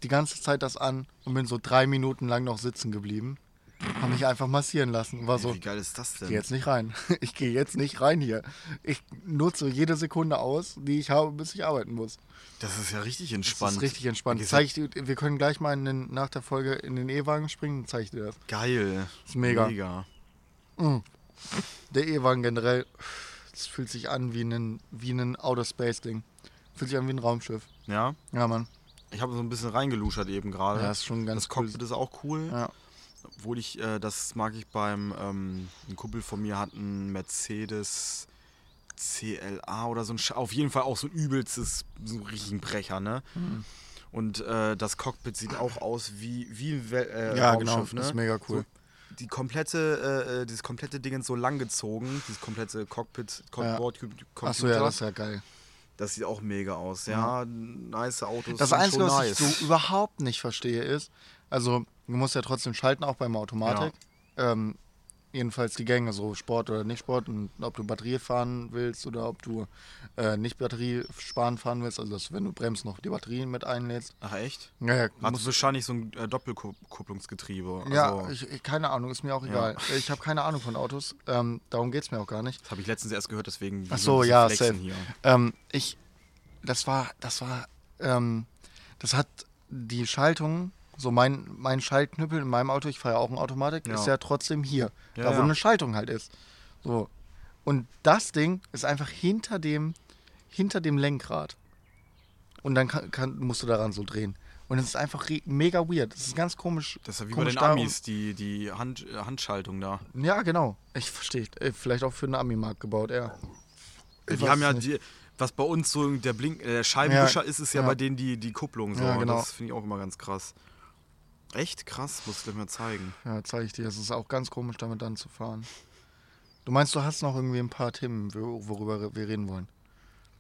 die ganze Zeit das an und bin so drei Minuten lang noch sitzen geblieben. Hab mich einfach massieren lassen und war so,
Wie geil ist das denn?
gehe jetzt nicht rein. (laughs) Ich gehe jetzt nicht rein hier. Ich nutze jede Sekunde aus, die ich habe, bis ich arbeiten muss.
Das ist ja richtig
Das
entspannt.
ist richtig entspannt.
Wie gesagt-
Zeig ich dir, wir können gleich mal in den, nach der Folge in den E-Wagen springen, zeige ich dir das.
Geil.
Ist mega.
mega.
Der E-Wagen generell, das fühlt sich an wie ein, wie ein Outer Space-Ding. Fühlt sich an wie ein Raumschiff.
Ja.
Ja, Mann.
Ich habe so ein bisschen reingeluschert eben gerade.
Ja, ist schon ganz
das Cockpit ist auch cool.
Ja.
Obwohl ich, äh, das mag ich beim, ähm, ein Kumpel von mir hat einen Mercedes CLA oder so ein, Sch- auf jeden Fall auch so ein übelstes, so einen richtigen Brecher, ne?
Mhm.
Und äh, das Cockpit sieht auch aus wie, wie ein Wel äh,
Ja,
Raumschiff,
genau,
ne?
ist mega cool.
So, die komplette, äh, äh, dieses komplette Ding ist so lang gezogen, dieses komplette Cockpit,
Ja.
Cockboard, ja. Computer,
Achso, ja, das
das,
ist ja geil.
sieht auch mega aus. Ja, nice Autos.
Das
sind
Einzige,
schon
was
nice.
ich so überhaupt nicht verstehe, ist, also du musst ja trotzdem schalten, auch beim Automatik. Ähm, Jedenfalls die Gänge, so Sport oder nicht Sport und ob du Batterie fahren willst oder ob du äh, nicht Batterie sparen fahren willst, also dass du, wenn du bremst, noch die Batterien mit einlädst.
Ach echt?
Ja, ja,
Hat
musst-
wahrscheinlich so ein äh, Doppelkupplungsgetriebe. Also,
ja ich, ich, keine Ahnung, ist mir auch egal. Ich habe keine Ahnung von Autos, ähm, darum geht es mir auch gar nicht.
das habe ich letztens erst gehört, deswegen.
Ach
wir
so,
müssen
ja,
flexen
safe. Ähm, ich, das war, das war, ähm, das hat die Schaltung, so mein, mein Schaltknüppel in meinem Auto, ich fahre ja auch in Automatik,
Ja.
ist ja trotzdem hier,
Ja,
da wo
ja.
eine Schaltung halt ist. So. Und das Ding ist einfach hinter dem, hinter dem Lenkrad. Und dann kann, kann, musst du daran so drehen. Und es ist einfach re- mega weird. Das ist ganz komisch.
Das ist ja wie bei
komisch
den
da-
Amis, die, die Hand, äh, Handschaltung da.
Ja, genau. Ich verstehe. Äh, Vielleicht auch für einen Ami-Markt gebaut, ja. Ich
die
weiß
haben
es
ja
nicht.
die, was bei uns so der Blink, äh, der Scheibenwischer ist, ist ja,
ja.
bei denen die, die Kupplung so.
Ja, genau.
Das finde ich auch immer ganz krass. Echt krass, muss ich gleich mal zeigen.
Ja, zeige ich dir. Es ist auch ganz komisch, damit dann zu fahren. Du meinst, du hast noch irgendwie ein paar Themen, wo- worüber wir reden wollen?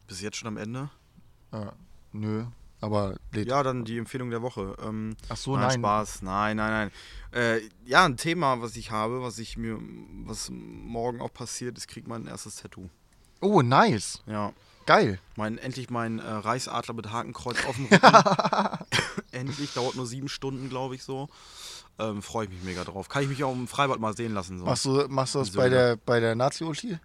Bis jetzt schon am Ende?
Äh, nö, aber lädt.
Ja, dann die Empfehlung der Woche. Ähm,
Ach so,
nein,
nein.
Spaß. Nein, nein, nein. Äh, ja, ein Thema, was ich habe, was ich mir, was morgen auch passiert, ist, krieg mein erstes Tattoo.
Oh, nice.
Ja.
Geil.
Mein, endlich mein äh, Reichsadler mit Hakenkreuz
(laughs)
auf dem Rücken. endlich, dauert nur sieben Stunden, glaube ich, so. Ähm, Freue ich mich mega drauf. Kann ich mich auch im Freibad mal sehen lassen. So.
Machst du, machst du das
So,
bei
ja.
der, bei der Nazi-Ulti?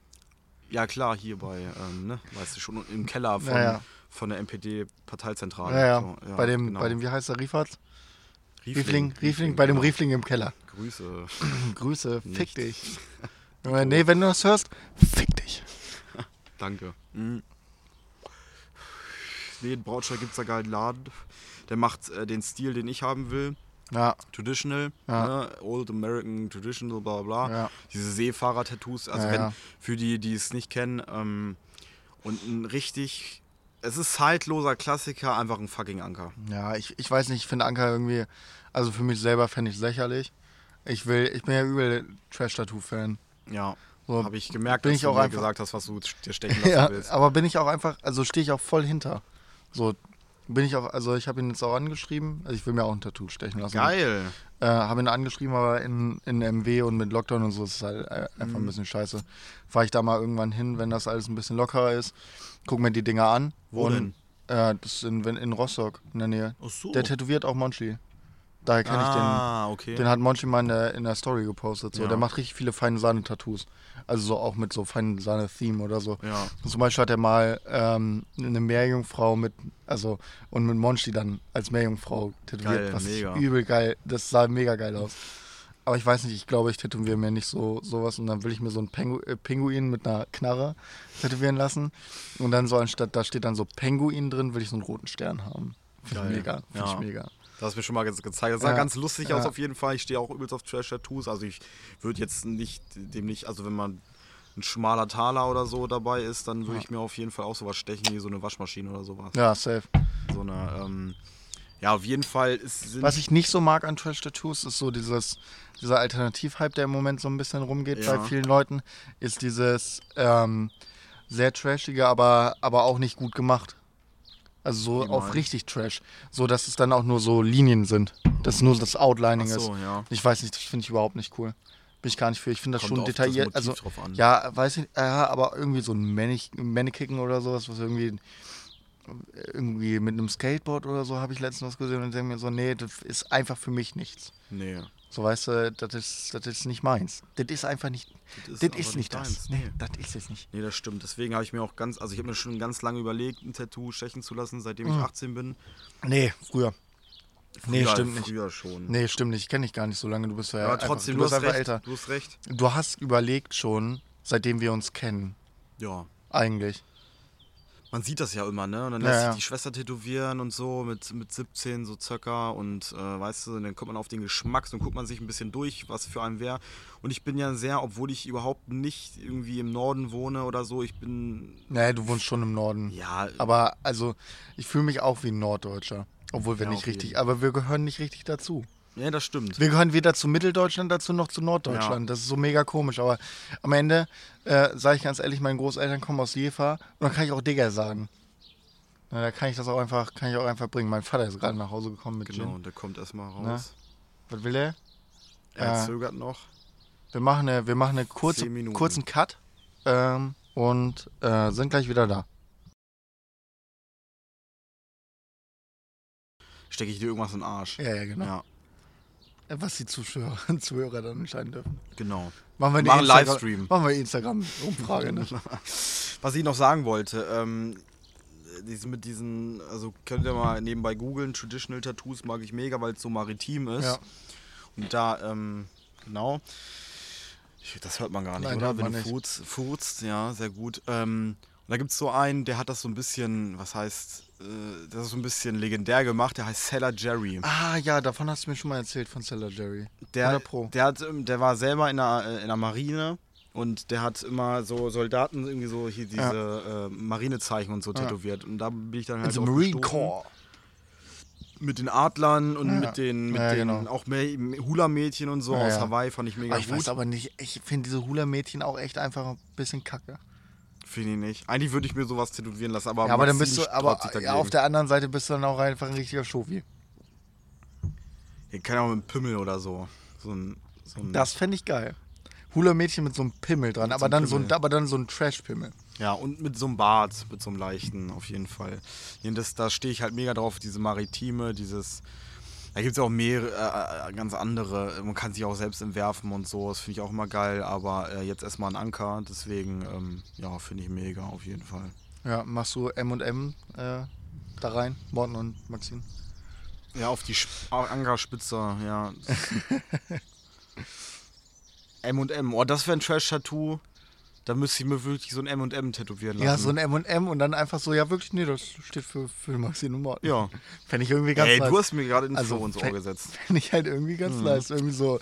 Ja, klar, hier bei, ähm, ne, weißt du schon, im Keller von,
Ja, ja.
von der NPD-Parteizentrale.
Ja, ja.
So,
bei, dem,
genau.
bei dem, wie heißt der, Riefat?
Riefling,
Riefling, Riefling, bei dem
genau.
Riefling im Keller.
Grüße. (clears throat)
Grüße, fick
Nichts. (laughs)
dich. Junge, nee, wenn du das hörst, fick dich.
Danke. Mhm. Nee, in Braunschweig gibt es da geilen Laden. Der macht äh, den Stil, den ich haben will.
Ja,
Traditional,
Ja.
ne? Old American Traditional, bla bla. bla.
Ja.
Diese Seefahrer-Tattoos, also
Ja,
wenn,
ja.
für die, die es nicht kennen, ähm, und ein richtig, es ist zeitloser Klassiker, einfach ein fucking Anker.
Ja, ich, ich weiß nicht, ich finde Anker irgendwie, also für mich selber fände ich lächerlich. Ich will, ich bin ja übel Trash-Tattoo-Fan.
Ja,
So,
habe ich gemerkt,
bin
dass
ich
du
auch
mir
einfach-
gesagt hast, was du dir stechen lassen
(laughs) Ja,
willst.
aber bin ich auch einfach, also stehe ich auch voll hinter. So, bin ich auch, also ich habe ihn jetzt auch angeschrieben, also ich will mir auch ein Tattoo stechen lassen.
Geil.
Äh, habe ihn angeschrieben, aber in, in MW und mit Lockdown und so ist es halt äh, einfach ein
Mhm.
bisschen scheiße. Fahre ich da mal irgendwann hin, wenn das alles ein bisschen lockerer ist, guck mir die Dinger an.
Wo
und, Äh, das ist in, in Rostock in der Nähe.
Ach so.
Der tätowiert auch Monchi. Daher kenne ich den.
ah, okay.
Den hat Monchi mal in der, in der Story gepostet. So.
Ja.
Der macht richtig viele feine Sahne-Tattoos. Also so auch mit so feinen Sahne-Theme oder so.
Ja.
Und zum Beispiel hat er mal ähm, eine Meerjungfrau mit, also und mit Monchi dann als Meerjungfrau tätowiert.
Geil,
was
mega.
übel geil. Das sah mega geil aus. Aber ich weiß nicht, ich glaube, ich tätowiere mir nicht so sowas und dann will ich mir so einen Pengu äh, Pinguin mit einer Knarre tätowieren lassen. Und dann so anstatt, da steht dann so Penguin drin, will ich so einen roten Stern haben. Finde
Geil.
ich mega. Finde
Ja.
ich mega.
Das hast du mir schon mal ge- gezeigt. Das sah
Ja,
ganz lustig aus
ja.
auf jeden Fall. Ich stehe auch übelst auf Trash-Tattoos. Also ich würde jetzt nicht, dem nicht, also wenn man ein schmaler Taler oder so dabei ist, dann würde ich mir auf jeden Fall auch sowas stechen, wie so eine Waschmaschine oder sowas.
Ja, safe.
So eine, ähm, ja, auf jeden Fall ist, sind,
Was ich nicht so mag an Trash-Tattoos, ist so dieses, dieser Alternativ-Hype, der im Moment so ein bisschen rumgeht
Ja.
bei vielen Leuten, ist dieses ähm, sehr trashige, aber, aber auch nicht gut gemacht. Also so
Wie
auf
meinst?
richtig Trash. So, dass es dann auch nur so Linien sind. Dass nur das Outlining
Ach so,
ist.
ja.
Ich weiß nicht, das finde ich überhaupt nicht cool. Bin ich gar nicht für. Ich finde das
Kommt
schon
auf das
detailliert.
Motiv
also,
drauf an.
ja, weiß ich, ja, aber irgendwie so ein Mannequin- Mannequin oder sowas, was irgendwie irgendwie mit einem Skateboard oder so habe ich letztens was gesehen und denke mir so, nee, das ist einfach für mich nichts.
nee.
So weißt du, das ist, das ist nicht meins. Das ist einfach nicht.
Das ist
Das
aber
ist,
nicht
nicht
deins,
das.
nee.
Nee, das ist es nicht.
Nee, das stimmt. Deswegen habe ich mir auch ganz, also ich habe mir schon ganz lange überlegt, ein Tattoo stechen zu lassen, seitdem ich 18 bin.
Nee, früher. Mhm. Nee,
Früher-
stimmt nicht.
Früher schon.
Nee, stimmt nicht. Ich kenne dich gar nicht so lange. Du bist ja
Aber
einfach,
trotzdem,
du bist
du hast
einfach
recht.
älter.
Du hast recht.
Du hast überlegt schon, seitdem wir uns kennen,
Ja.
eigentlich.
Man sieht das ja immer, ne? Und dann
Ja,
lässt
ja.
sich die Schwester tätowieren und so mit, mit 17 so circa und äh, weißt du, und dann kommt man auf den Geschmack, dann guckt man sich ein bisschen durch, was für einen wäre. Und ich bin ja sehr, obwohl ich überhaupt nicht irgendwie im Norden wohne oder so, ich bin
Nee, du wohnst schon im Norden.
ja,
Aber also, ich fühle mich auch wie ein Norddeutscher. Obwohl wir
Ja, auf
nicht richtig,
jeden.
aber wir gehören nicht richtig dazu.
ja, das stimmt.
Wir gehören weder zu Mitteldeutschland dazu noch zu Norddeutschland.
Ja.
Das ist so mega komisch. Aber am Ende, äh, sage ich ganz ehrlich, meine Großeltern kommen aus Jever und dann kann ich auch Digger sagen. Na, da kann ich das auch einfach, kann ich auch einfach bringen. Mein Vater ist gerade nach Hause gekommen mit
Genau,
Gin.
und der kommt erstmal raus.
Was will er?
Er
Äh.
zögert noch.
Wir machen eine, wir machen eine kurze,
Zehn Minuten.
kurzen Cut ähm, und äh, sind gleich wieder da.
Stecke ich dir irgendwas in den Arsch.
Ja, ja,
Ja, genau.
Was die Zuschauer, (laughs) Zuhörer dann entscheiden dürfen.
genau.
Machen wir eine
Machen
Instagram-
Livestream.
Machen wir eine Instagram-Umfrage. Ne?
(laughs) Was ich noch sagen wollte, ähm, dies- mit diesen, also könnt ihr mal nebenbei googeln, Traditional Tattoos mag ich mega, weil es so maritim ist.
Ja.
Und da, ähm, genau. Ich, das hört man gar nicht,
Nein,
oder?
hört
Wenn
man
du
nicht.
furzt, furzt, ja, sehr gut. Ähm, und da gibt es so einen, der hat das so ein bisschen, was heißt, äh, das ist so ein bisschen legendär gemacht, der heißt Seller Jerry.
Ah ja, davon hast du mir schon mal erzählt von Cellar Jerry.
Der,
100 Pro.
der, hat, ähm, der war selber in der, äh, in der Marine und der hat immer so Soldaten irgendwie so hier diese äh, Marinezeichen und so tätowiert. Und da bin ich dann halt
Also
drauf
Marine
gestoßen.
Corps.
Mit den Adlern und
Ja.
mit den, mit
Ja,
den
genau.
auch Me- Hula-Mädchen und so
Ja,
aus
ja.
Hawaii fand ich mega
Aber Ah, ich
gut.
weiß aber nicht, ich finde diese Hula-Mädchen auch echt einfach ein bisschen kacke.
Finde ich nicht. Eigentlich würde ich mir sowas tätowieren lassen, aber,
Ja, aber dann
Maxim
bist du, aber
sträubt sich
ja,
dagegen.
auf der anderen Seite bist du dann auch einfach ein richtiger Schofi.
Hier kann ja auch mit einem Pimmel oder so. So ein, so ein
Das fände ich geil. Hula-Mädchen mit so einem Pimmel dran, aber,
einem
dann so ein,
Pimmel.
aber dann so ein Trash-Pimmel.
Ja, und mit so einem Bart, mit so einem leichten, auf jeden Fall. Nee, das, da stehe ich halt mega drauf, diese maritime, dieses. Da gibt es ja auch mehrere, äh, ganz andere. Man kann sich auch selbst entwerfen und so. Das finde ich auch immer geil. Aber äh, jetzt erstmal ein Anker. Deswegen, ähm, ja, finde ich mega, auf jeden Fall.
Ja, machst du M&M äh, da rein, Morten und Maxine.
Ja, auf die Sp Ankerspitze, (laughs) ja. M&M. Oh, das wäre ein Trash-Tattoo. Da müsste ich mir wirklich so ein M&M tätowieren lassen.
Ja, so ein M&M und dann einfach so, ja wirklich, nee, das steht für, für Maxine und Morten.
Ja.
Fände ich irgendwie ganz
Ey,
nice.
du hast mir gerade den
Also,
Floh ins Ohr
fällt-
gesetzt.
Fände ich halt irgendwie
Mhm.
ganz nice. Irgendwie so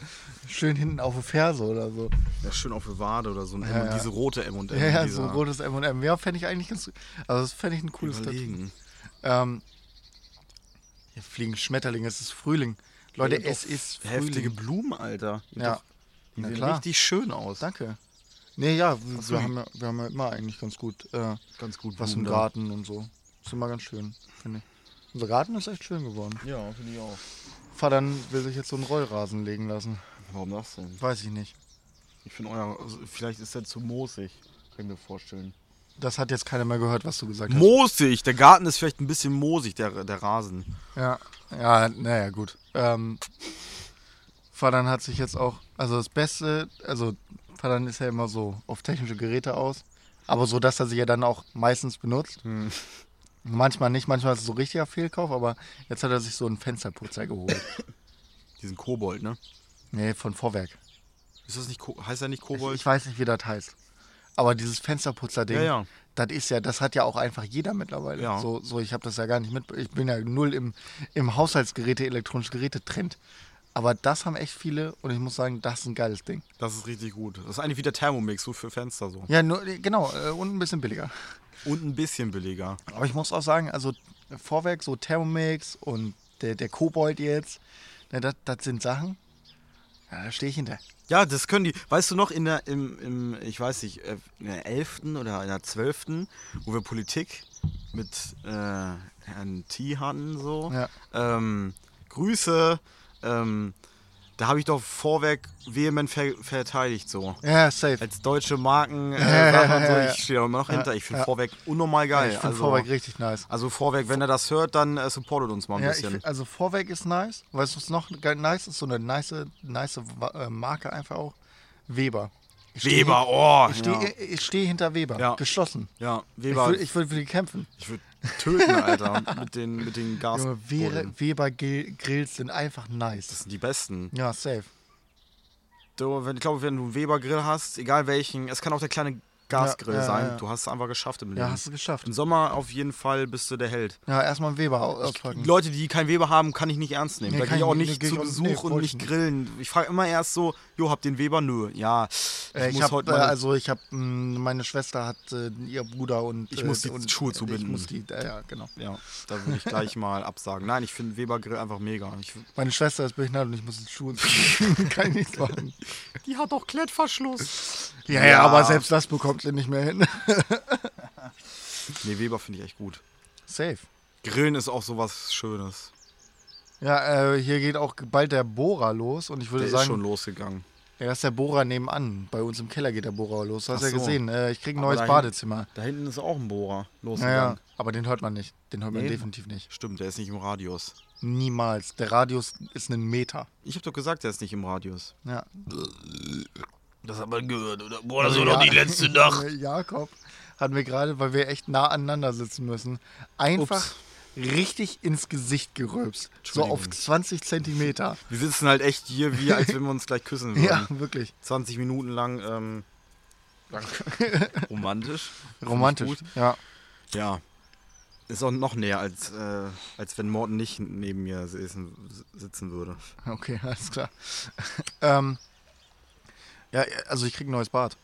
schön hinten auf der Ferse oder so.
Ja, schön auf eine Wade oder so ein
Ja,
M,
ja.
diese rote M und M.
Ja, ja,
dieser
so ein rotes M&M. Ja, fände ich eigentlich ganz, also das fände ich ein cooles Tattoo.
überlegen.
Ähm, hier fliegen Schmetterlinge, es ist Frühling. Leute,
Ja,
es
doch,
ist Frühling.
Heftige Blumen, Alter. Die
Ja.
doch- Die
Na
sehen
klar.
richtig schön aus.
Danke. Nee, ja, w-
so,
wir
die-
haben, ja, wir haben ja immer eigentlich ganz gut äh,
Ganz gut.
was im
Blumen da.
Garten und so. Ist immer ganz schön, finde ich. Unser Garten ist echt schön geworden.
Ja, finde ich auch.
Vater will sich jetzt so einen Rollrasen legen lassen.
Warum das denn?
Weiß ich nicht.
Ich finde euer, also, vielleicht ist der zu moosig. Kann ich mir vorstellen.
Das hat jetzt keiner mehr gehört, was du gesagt hast.
Moosig! Der Garten ist vielleicht ein bisschen moosig, der, der Rasen.
Ja, ja, naja, gut. Ähm, Fadan hat sich jetzt auch, also das Beste, also Fadan ist ja immer so auf technische Geräte aus, aber so, dass er sie ja dann auch meistens benutzt. Manchmal nicht, manchmal ist es so ein richtiger Fehlkauf, aber jetzt hat er sich so einen Fensterputzer geholt.
Diesen Kobold, ne?
nee, von Vorwerk.
Ist das nicht Ko heißt er nicht
Ich,
Kobold?
ich weiß nicht, wie das heißt. Aber dieses Fensterputzer-Ding,
Ja, ja.
das ist ja, das hat ja auch einfach jeder mittlerweile.
Ja.
So, so ich habe das ja gar nicht mit. Ich bin ja null im, im Haushaltsgeräte, elektronische Geräte-Trend. Aber das haben echt viele und ich muss sagen, das ist ein geiles Ding.
Das ist richtig gut. Das ist eigentlich wie der Thermomix, so für Fenster so.
Ja, nur, genau, äh, und ein bisschen billiger.
Und ein bisschen billiger.
Aber ich muss auch sagen, also Vorwerk, so Thermomix und der, der Kobold jetzt, ne, das das sind Sachen, ja, da stehe ich hinter.
Ja, das können die. Weißt du noch, in der, im, im, ich weiß nicht, äh, in der 11. oder in der 12., wo wir Politik mit äh, Herrn T hatten, so.
Ja.
Ähm, Grüße. Ähm, da habe ich doch Vorwerk vehement ver verteidigt, so.
Ja, safe.
Als deutsche Marken, äh,
(laughs) Ja,
Sachen
ja,
und so,
ja, ja.
ich stehe da immer noch hinter. Ich finde
ja.
Vorwerk unnormal geil.
ich finde
also,
Vorwerk richtig nice.
also Vorwerk, wenn er das hört, dann äh, supportet uns mal ein
Ja, ich,
bisschen.
find- also Vorweg ist nice. Weißt du, was noch ge- nice ist? So eine nice, nice Wa- äh, Marke einfach auch. Weber. Ich steh
Weber,
hin-
oh!
Ich stehe ich steh hinter Weber.
Ja.
Geschlossen.
ja. ja,
Ich
Weber.
würde ich würd für die kämpfen.
Ich würde töten, Alter, mit den, mit den Gas.
Junge, Weber, Weber Gil- Grills sind einfach
das
nice.
sind die besten.
Ja, safe.
Du, wenn, ich glaube, wenn du einen Weber-Grill hast, egal welchen, es kann auch der kleine Gasgrill
Ja, ja,
sein,
ja.
du hast es einfach geschafft im Leben.
Ja, hast du geschafft.
Im Sommer auf jeden Fall bist du der Held.
Ja, erstmal einen Weber au- auspacken.
Leute, die keinen Weber haben, kann ich nicht ernst nehmen.
Nee,
da gehe
kann
ich
ich
auch nicht
nicht, nee,
zu
geh ich auch-
Besuch
nee,
und
wollte
nicht
ich nicht.
grillen. Ich frage immer erst so, jo, habt ihr einen Weber? Nö. Ja, ich,
Äh, Ich,
muss
hab,
heute
äh,
meine,
also ich habe meine Schwester hat äh, ihr Bruder und
Ich
äh,
muss die
und,
Schuhe
Ich
zubinden.
muss die, äh, ja genau.
Ja, da würde ich gleich
(laughs)
mal absagen. Nein, ich finde Weber-Grill einfach mega. Ich,
Meine Schwester ist behindert und ich muss die
(laughs)
Schuhe zubinden. (laughs) Kann ich nichts machen.
die hat auch Klettverschluss.
Ja, ja,
Ja.
aber selbst das bekommt ihr nicht mehr hin.
Nee, Weber finde ich echt gut.
Safe.
Grillen ist auch sowas Schönes.
Ja, äh, hier geht auch bald der Bohrer los und ich würde
Der ist
sagen,
schon losgegangen.
Ja, das ist der Bohrer nebenan. Bei uns im Keller geht der Bohrer los. Hast
Ach
ja
so.
gesehen. Äh, ich krieg ein
Aber
neues
dahin-
Badezimmer.
Da hinten ist auch ein Bohrer
Naja,
losgegangen.
aber den hört man nicht. Den hört man
Nee.
definitiv nicht.
Stimmt, der ist nicht im Radius.
Niemals. Der Radius ist ein Meter.
Ich habe doch gesagt, der ist nicht im Radius.
Ja.
Das hat man gehört, oder? Boah, das
Ja- (laughs) Jakob hatten wir gerade, weil wir echt nah aneinander sitzen müssen, einfach
Ups.
richtig ins Gesicht gerülpst. So auf
Entschuldigung.
20 Zentimeter.
Wir sitzen halt echt hier, wie als wenn wir uns gleich
(laughs)
küssen würden.
Ja, wirklich.
20 Minuten lang ähm, romantisch.
Romantisch.
gut.
Ja.
Ja. Ist auch noch näher, als, äh, als wenn Morten nicht neben mir sitzen, sitzen würde.
Okay, (laughs) alles klar. ähm, ja, also ich krieg ein neues Bad.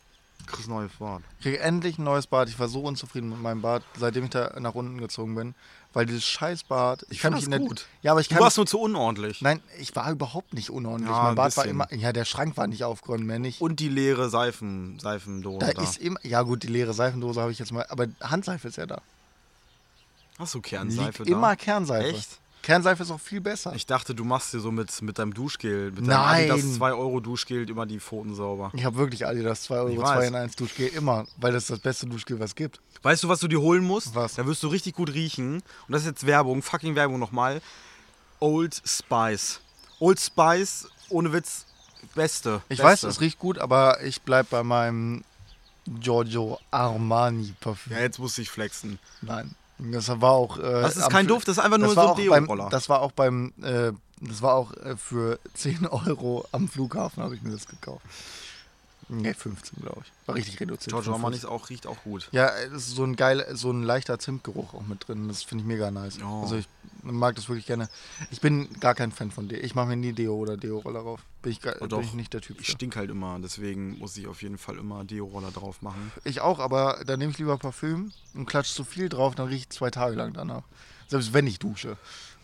Chris neues Wort.
Ich krieg endlich ein neues Bad. Ich war so unzufrieden mit meinem Bad, seitdem ich da nach unten gezogen bin. Weil dieses scheiß Bad. Ich, kann
fand
mich
das
in der-
gut.
Ja, aber ich
Du
kann
warst nur zu unordentlich.
Nein, ich war überhaupt nicht unordentlich.
Ja,
mein
ein
Bad war
bisschen.
immer. Ja, der Schrank war nicht aufgeräumt, mehr nicht.
Und die leere Seifen, Seifendose
da
da.
ist immer. Ja, gut, die leere Seifendose habe ich jetzt mal. Aber Handseife ist ja da.
Hast du
Liegt
Kernseife da?
immer Kernseife.
Echt?
Kernseife ist auch viel besser.
Ich dachte, du machst dir so mit, mit deinem Duschgel, mit
Nein.
deinem Adidas 2 Euro Duschgel immer die Pfoten sauber.
Ich habe wirklich Adidas 2 Euro
weiß.
2 in 1 Duschgel immer, weil das ist das beste Duschgel, was es gibt.
Weißt du, was du dir holen musst?
Was?
Da wirst du richtig gut riechen. Und das ist jetzt Werbung, fucking Werbung nochmal. Old Spice. Old Spice, ohne Witz, beste.
Ich
beste.
weiß, es riecht gut, aber ich bleib bei meinem Giorgio Armani Parfüm.
Ja, jetzt muss ich flexen.
Nein, das war auch. Äh,
Das ist
am
kein
Fl-
Duft, das ist einfach nur
Das war,
so ein
auch beim,
Deo-Roller.
das war auch beim, äh, das war auch äh, für (laughs) 10 Euro am Flughafen habe ich mir das gekauft. Ne, 15 glaube ich. War richtig reduziert.
Giorgio
15.
Armani ist auch, riecht auch gut.
Ja, äh, das ist so ein geil, so ein leichter Zimtgeruch auch mit drin. Das finde ich mega nice.
Oh.
Also ich mag das wirklich gerne. Ich bin gar kein Fan von Deo. Ich mache mir nie Deo oder Deo-Roller drauf. Bin ich, gar,
Oh,
bin
doch.
ich nicht der Typ.
Ich
für.
stink halt immer, deswegen muss ich auf jeden Fall immer Deo-Roller drauf machen.
Ich auch, aber dann nehme ich lieber Parfüm und klatsche zu viel drauf, dann rieche ich zwei Tage lang danach. Selbst wenn ich dusche.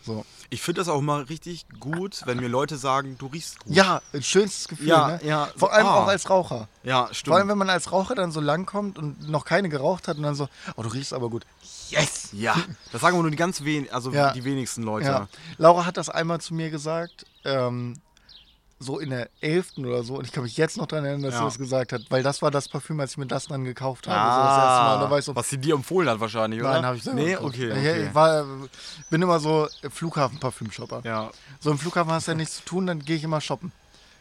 So.
Ich finde das auch immer richtig gut, wenn mir Leute sagen, du riechst gut.
Ja, ein schönstes Gefühl.
Ja,
ne?
ja.
Vor allem
Ah.
auch als Raucher.
ja stimmt.
Vor allem, wenn man als Raucher dann so lang kommt und noch keine geraucht hat und dann so, oh, du riechst aber gut. Yes!
Ja, das sagen aber nur die ganz wen also
Ja.
die wenigsten Leute.
Ja. Laura hat das einmal zu mir gesagt, ähm, so in der 11. oder so. Und ich kann mich jetzt noch daran erinnern, dass
Ja.
sie das gesagt hat, weil das war das Parfüm, als ich mir das dann gekauft habe. so das erste Mal.
Ah,
Und da war ich so,
was sie dir empfohlen hat wahrscheinlich, oder?
nein, habe ich selber
Nee,
gekauft.
okay,
Ich
okay.
war, bin immer so Flughafen-Parfüm-Shopper.
Ja,
So im Flughafen hast du ja nichts zu tun, dann gehe ich immer shoppen.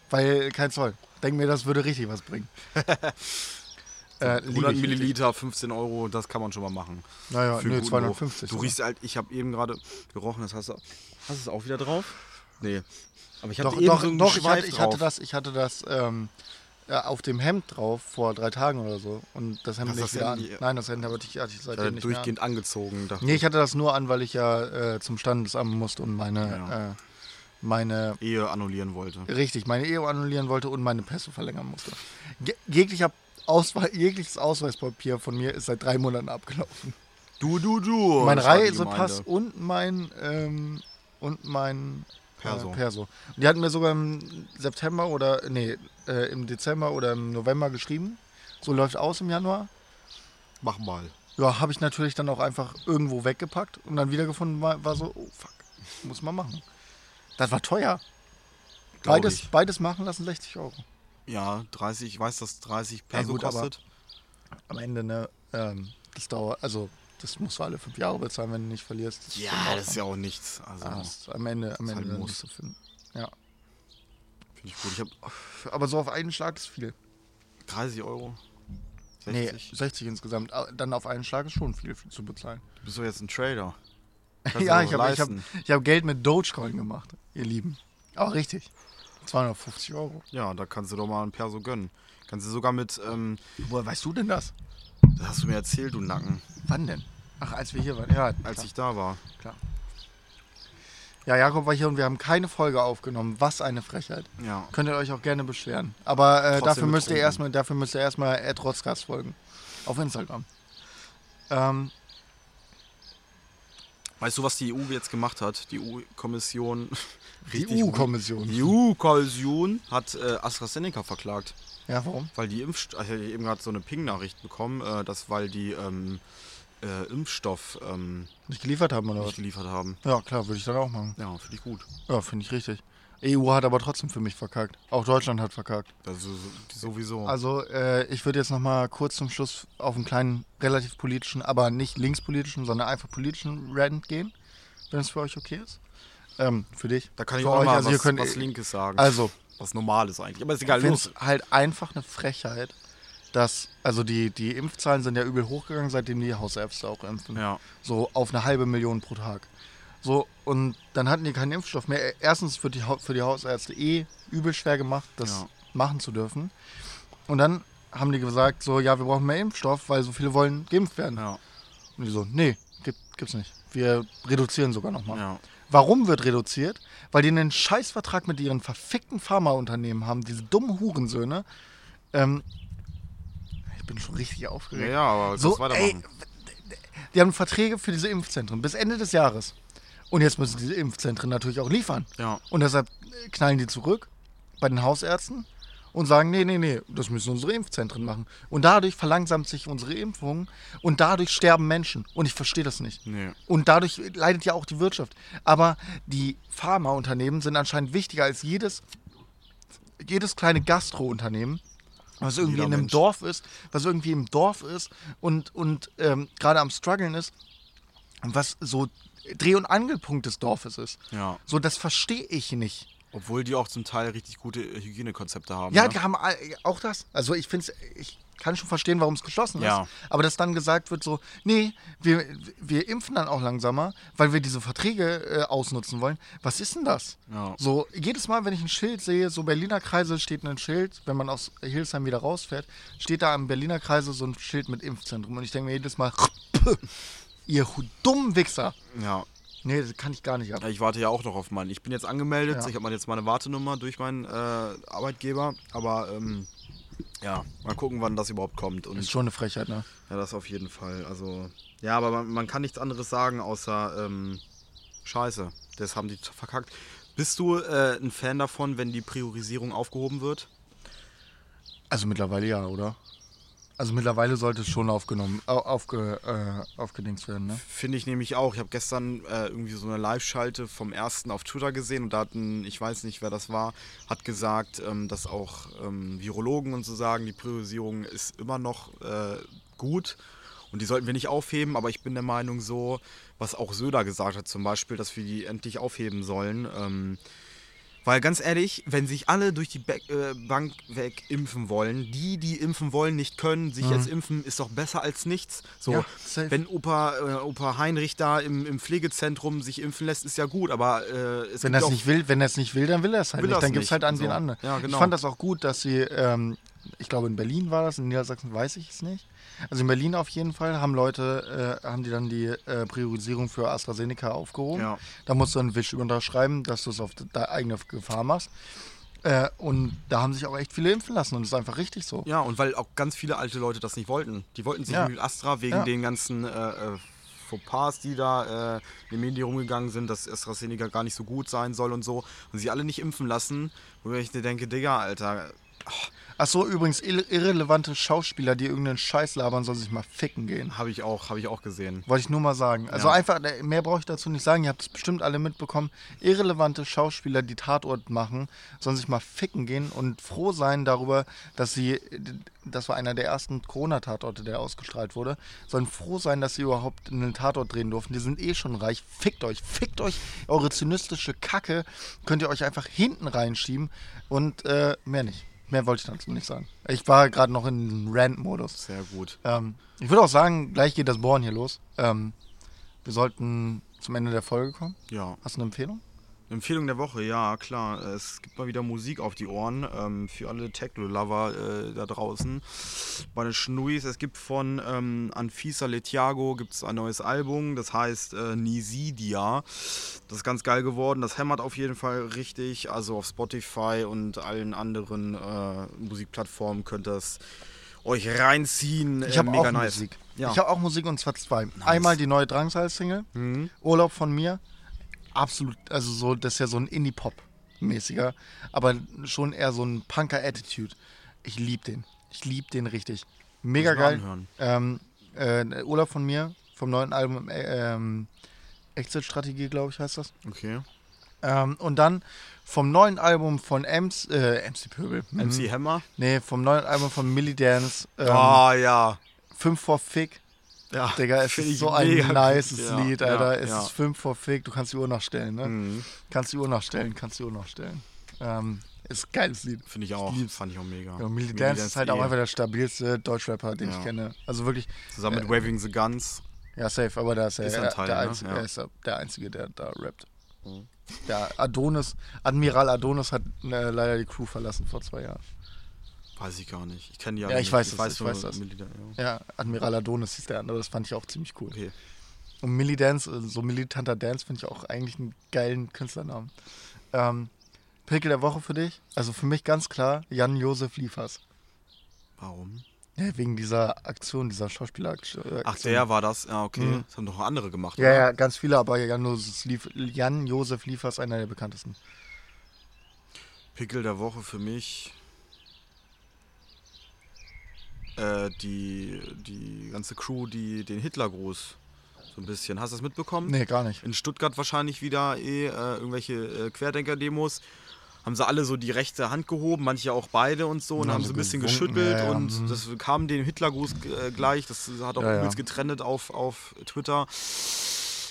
Weil kein Zoll. Denk mir, das würde richtig
(laughs)
was bringen. äh,
100
liebe ich richtig.
Milliliter, 15 Euro, das kann man schon mal machen.
Naja,
Für
nö,
einen guten Geruch. Du
250. sogar.
riechst halt, ich habe eben gerade gerochen, das hast du, hast du es auch wieder drauf? Nee. Aber ich
doch,
hatte eben
doch,
so einen
doch ich,
Schweif
hatte, ich hatte
drauf.
das, ich hatte das ähm, ja, auf dem Hemd drauf vor drei Tagen oder so. Und das Hemd
Hast
nicht
das
wieder
Hemd
an.
nie-
Nein, das Hemd hatte ich, hatte ich
Ich
seitdem
hatte
nicht mehr an.
äh, durchgehend angezogen. Dachte,
Nee, ich hatte das nur an, weil ich ja äh, zum Standesamt musste und meine,
Ja.
äh, meine
Ehe annullieren wollte.
Richtig, meine Ehe annullieren wollte und meine Pässe verlängern musste. Je jeglicher Auswe jegliches Ausweispapier von mir ist seit drei Monaten abgelaufen.
Du, du, du.
mein
das war die
Reisepass
Gemeinde.
und mein ähm, und mein äh,
Perso.
Perso. Und die hatten mir sogar im September oder nee äh, im Dezember oder im November geschrieben. So läuft aus im Januar.
Mach mal.
Ja, habe ich natürlich dann auch einfach irgendwo weggepackt und dann wiedergefunden war, war so, oh fuck, muss man machen. Das war teuer.
Glaub
Beides,
ich.
beides machen lassen 60 Euro.
Ja, 30, ich weiß, dass 30 Perso
gut, aber-
kostet.
am Ende, ne, ähm, das dauert, also das musst du alle fünf Jahre bezahlen, wenn du nicht verlierst. Das
Ja, das ist ja auch nichts. Also,
Ah, das ist am Ende, am
ist
Ende
halt
dann
Muss.
nicht so viel. Ja.
finde ich gut. Ich habe
Aber so auf einen Schlag ist viel.
30 Euro. 60.
Nee, 60 insgesamt. Aber Dann auf einen Schlag ist schon viel zu bezahlen.
Du bist doch jetzt ein
(laughs)
Trader.
ja, ich habe ich hab, ich hab Geld mit Dogecoin gemacht, ihr Lieben. Aber richtig. 250 Euro.
Ja, da kannst du doch mal ein Perso gönnen. Kannst du sogar mit, ähm,
Woher weißt du denn das?
das hast du mir erzählt, du Nacken,
Wann denn? Ach, als wir hier waren. Ja,
als
klar.
ich da war.
klar. Ja, Jakob war hier und wir haben keine Folge aufgenommen. Was eine Frechheit.
Ja.
Könnt ihr euch auch gerne beschweren. Aber äh,
Trotzdem
dafür, müsst ihr
betrunken.
erstmal, dafür müsst ihr erstmal Ed Rotzkast folgen. Auf Instagram. Ähm,
Weißt du, was die EU jetzt gemacht hat? Die (laughs) EU-Kommission.
die E
Richtig gut. E
EU-Kommission.
Die EU-Kommission hat äh, AstraZeneca verklagt,
Ja, warum?
weil die Impfstoff. Ich hatte eben gerade so eine Ping-Nachricht bekommen, äh, dass weil die ähm, äh, Impfstoff ähm,
Nicht geliefert haben oder
nicht
was?
geliefert haben.
Ja, klar, würde ich dann auch machen.
Ja, finde ich gut.
Ja, finde ich richtig. EU hat aber trotzdem für mich verkackt. Auch Deutschland hat verkackt.
Also so- sowieso.
Also äh, ich würde jetzt nochmal kurz zum Schluss auf einen kleinen, relativ politischen, aber nicht linkspolitischen, sondern einfach politischen Rant gehen, wenn es für euch okay ist. Ähm, für dich.
da kann ich
für
auch mal
also ihr
was,
könnt,
was Linkes sagen.
Also,
was Normales eigentlich. Aber ist egal,
ich finde es
los.
halt einfach eine Frechheit, dass, also die, die Impfzahlen sind ja übel hochgegangen, seitdem die Hausärzte auch impfen.
Ja.
So auf eine halbe Million pro Tag. So, und dann hatten die keinen Impfstoff mehr. E, Erstens wird die, Hau- für die Hausärzte eh übel schwer gemacht, das
Ja.
machen zu dürfen. Und dann haben die gesagt, so, ja, wir brauchen mehr Impfstoff, weil so viele wollen geimpft werden.
Ja,
Und die so, nee, gibt, gibt's nicht. Wir reduzieren sogar nochmal.
ja.
Warum wird reduziert? Weil die einen Scheißvertrag mit ihren verfickten Pharmaunternehmen haben, diese dummen Hurensöhne. Ähm, ich bin schon richtig
Ja,
aufgeregt.
ja, aber
So,
so, weitermachen.
Ey, die haben Verträge für diese Impfzentren bis Ende des Jahres. Und jetzt müssen diese Impfzentren natürlich auch liefern.
Ja.
Und deshalb knallen die zurück bei den Hausärzten und sagen, nee, nee, nee, das müssen unsere Impfzentren machen. Und dadurch verlangsamt sich unsere Impfung und dadurch sterben Menschen. Und ich verstehe das nicht.
Nee.
Und dadurch leidet ja auch die Wirtschaft. Aber die Pharmaunternehmen sind anscheinend wichtiger als jedes, jedes kleine Gastrounternehmen, was irgendwie
Jeder
in einem
Mensch.
Dorf ist, was irgendwie im Dorf ist und, und ähm, gerade am struggeln ist, und was so Dreh- und Angelpunkt des Dorfes ist.
Ja.
So, das verstehe ich nicht.
Obwohl die auch zum Teil richtig gute äh, Hygienekonzepte haben.
Ja,
ne?
die haben all- auch das. Also ich finde ich kann schon verstehen, warum es geschlossen
Ja.
ist. Aber dass dann gesagt wird so, nee, wir, wir impfen dann auch langsamer, weil wir diese Verträge äh, ausnutzen wollen. Was ist denn das?
Ja.
So, jedes Mal, wenn ich ein Schild sehe, so Berliner Kreisel steht ein Schild, wenn man aus Hildesheim wieder rausfährt, steht da am Berliner Kreisel so ein Schild mit Impfzentrum. Und ich denke mir jedes Mal, (laughs) ihr hu- dummen Wichser.
ja.
Nee, das kann ich gar nicht ab.
Ja, Ich warte ja auch noch auf meinen. Ich bin jetzt angemeldet,
Ja.
ich habe jetzt meine Wartenummer durch meinen äh, Arbeitgeber, aber ähm, ja, mal gucken, wann das überhaupt kommt. Und
Ist schon eine Frechheit, ne?
ja, das auf jeden Fall. Also, ja, aber man, man kann nichts anderes sagen, außer ähm, Scheiße. Das haben die t- verkackt. Bist du äh, ein Fan davon, wenn die Priorisierung aufgehoben wird?
Also mittlerweile ja, oder? Also mittlerweile sollte es schon aufgenommen, au- aufge, äh, aufgedingst werden, ne?
Finde ich nämlich auch. Ich habe gestern äh, irgendwie so eine Live-Schalte vom ersten auf Twitter gesehen und da hat ein, ich weiß nicht, wer das war, hat gesagt, ähm, dass auch ähm, Virologen und so sagen, die Priorisierung ist immer noch äh, gut und die sollten wir nicht aufheben, aber ich bin der Meinung so, was auch Söder gesagt hat zum Beispiel, dass wir die endlich aufheben sollen. Ähm, weil ganz ehrlich, wenn sich alle durch die Back, äh, Bank weg impfen wollen, die, die impfen wollen, nicht können, sich jetzt impfen, ist doch besser als nichts. So,
Mhm. Ja, safe.
wenn Opa, äh, Opa Heinrich da im, im Pflegezentrum sich impfen lässt, ist ja gut, aber äh, es
Wenn
gibt
das
auch,
nicht will, wenn das nicht will, dann will er es halt
Will
nicht.
er's
Dann gibt es
nicht,
halt an den
so.
anderen.
Ja,
Ich
genau.
fand das auch gut, dass sie, ähm, ich glaube in Berlin war das, in Niedersachsen weiß ich es nicht. Also in Berlin auf jeden Fall haben Leute, äh, haben die dann die äh, Priorisierung für AstraZeneca aufgehoben.
Ja.
Da musst du einen Wisch unterschreiben, dass du es auf de- deine eigene Gefahr machst. Äh, und da haben sich auch echt viele impfen lassen und das ist einfach richtig so.
Ja, und weil auch ganz viele alte Leute das nicht wollten. Die wollten sich
Ja.
mit Astra wegen
Ja.
den ganzen äh, äh, Fauxpas, die da äh, in den Medien rumgegangen sind, dass AstraZeneca gar nicht so gut sein soll und so. Und sie alle nicht impfen lassen. Wo ich mir denke, Digga, Alter,
Ach so, übrigens, irre irrelevante Schauspieler, die irgendeinen Scheiß labern, sollen sich mal ficken gehen.
habe ich, auch- hab ich auch gesehen.
Wollte ich nur mal sagen. Also
Ja.
einfach, mehr brauche ich dazu nicht sagen. Ihr habt es bestimmt alle mitbekommen. Irrelevante Schauspieler, die Tatort machen, sollen sich mal ficken gehen und froh sein darüber, dass sie, das war einer der ersten Corona-Tatorte, der ausgestrahlt wurde, sollen froh sein, dass sie überhaupt einen Tatort drehen durften. Die sind eh schon reich. Fickt euch, fickt euch. Eure zynistische Kacke könnt ihr euch einfach hinten reinschieben und äh, mehr nicht. Mehr wollte ich dazu nicht sagen. Ich war gerade noch in Rant-Modus.
Sehr gut.
Ähm, ich würde auch sagen, gleich geht das Bohren hier los. Ähm, wir sollten zum Ende der Folge kommen.
Ja.
Hast du eine Empfehlung?
Empfehlung der Woche, ja, klar. Es gibt mal wieder Musik auf die Ohren ähm, für alle Techno-Lover äh, da draußen. Bei den Schnuis, es gibt von ähm, Anfisa Letiago gibt's ein neues Album, das heißt äh, Nisidia. Das ist ganz geil geworden, das hämmert auf jeden Fall richtig. Also auf Spotify und allen anderen äh, Musikplattformen könnt ihr es euch reinziehen.
Ich habe
Äh,
auch Musik.
Ja.
Ich habe auch Musik und zwar zwei. Einmal die neue Drangsal-Single,
Mhm.
Urlaub von mir. Absolut, also so, das ist ja so ein Indie-Pop-mäßiger, aber schon eher so ein Punker-Attitude. Ich liebe den. Ich liebe den richtig.
Muss
Mega
ich mal
geil.
anhören.
Ähm, äh, Urlaub von mir, vom neuen Album äh, ähm, Exit-Strategie, glaube ich, heißt das.
Okay.
Ähm, und dann vom neuen Album von MC, äh, MC Pöbel. Mhm.
MC Hammer.
Nee, vom neuen Album von Millidance. Ähm,
Ah, ja.
5 vor Fick.
ja.
Digga, es
Find
ist
ich
so ein
mega
nices
gut. Ja,
Lied,
ja,
Alter. es
ja.
ist 5 vor Fick. Du kannst die Uhr nachstellen, ne?
Mhm.
Kannst die Uhr nachstellen, kannst die Uhr nachstellen. Ähm, ist ein geiles Lied.
Finde ich auch.
lieb's.
Fand ich auch mega.
Ja, Millie Dance ist halt auch
eh.
einfach der stabilste Deutschrapper, den
Ja.
ich kenne. Also wirklich,
Zusammen mit Waving the Guns.
ja, safe, aber da ist er
Ist ein
er-
Teil,
der,
ne?
einzige,
Ja. Mhm.
er ist der Einzige, der da rappt. Der Adonis, Admiral Adonis hat äh, leider die Crew verlassen vor zwei Jahren.
Weiß ich gar nicht. Ich kenne die
Ja,
alle
ich
nicht.
weiß das, ich
nur
weiß das.
Millie Dan- ja.
Ja, Admiral Adonis hieß der andere, das fand ich auch ziemlich cool.
Okay.
Und Millie Dance, äh, so militanter Dance, finde ich auch eigentlich einen geilen Künstlernamen. Ähm, Pickel der Woche für dich? Also für mich ganz klar, Jan-Josef Liefers.
Warum?
Ja, wegen dieser Aktion, dieser Schauspieleraktion.
Ach, der war das. Ja, okay. Das haben doch andere gemacht.
Äh, mhm. Ja,
oder?
ja, ganz viele, aber Jan-Josef Lief Jan Josef Liefers ist einer der bekanntesten.
Pickel der Woche für mich. Äh, die, die ganze Crew, die den Hitlergruß so ein bisschen. Hast du das mitbekommen?
Nee, gar nicht.
In Stuttgart wahrscheinlich wieder eh äh, irgendwelche äh, Querdenker-Demos. Haben sie alle so die rechte Hand gehoben, manche auch beide und so, und
Ja,
haben
so
so ein bisschen
gewunken,
geschüttelt
ja, ja,
und
mhm.
das kam dem Hitlergruß äh, gleich. Das hat auch
Ja, ja.
übelst getrennt auf, auf Twitter.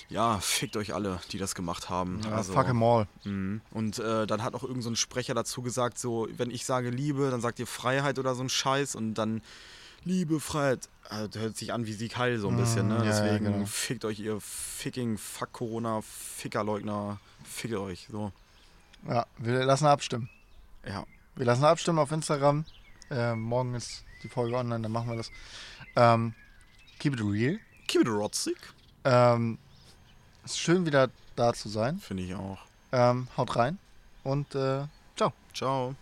Ja, fickt euch alle, die das gemacht haben.
Ja,
also,
fuck em all.
Mhm. Und äh, dann hat auch irgend so ein Sprecher dazu gesagt, so, wenn ich sage Liebe, dann sagt ihr Freiheit oder so ein Scheiß und dann Liebe, Freiheit. Also, das hört sich an wie Sieg Heil so ein bisschen, ne?
ja, ja,
Deswegen
genau.
fickt euch ihr fucking Fuck Corona, Fickerleugner, fickt euch, so.
Ja, wir lassen abstimmen.
Ja.
Wir lassen abstimmen auf Instagram. Äh, morgen ist die Folge online, dann machen wir das. Ähm, keep it real.
Keep it rotzig.
Ähm, ist schön wieder da zu sein.
Finde ich auch.
Ähm, haut rein und äh, ciao.
Ciao.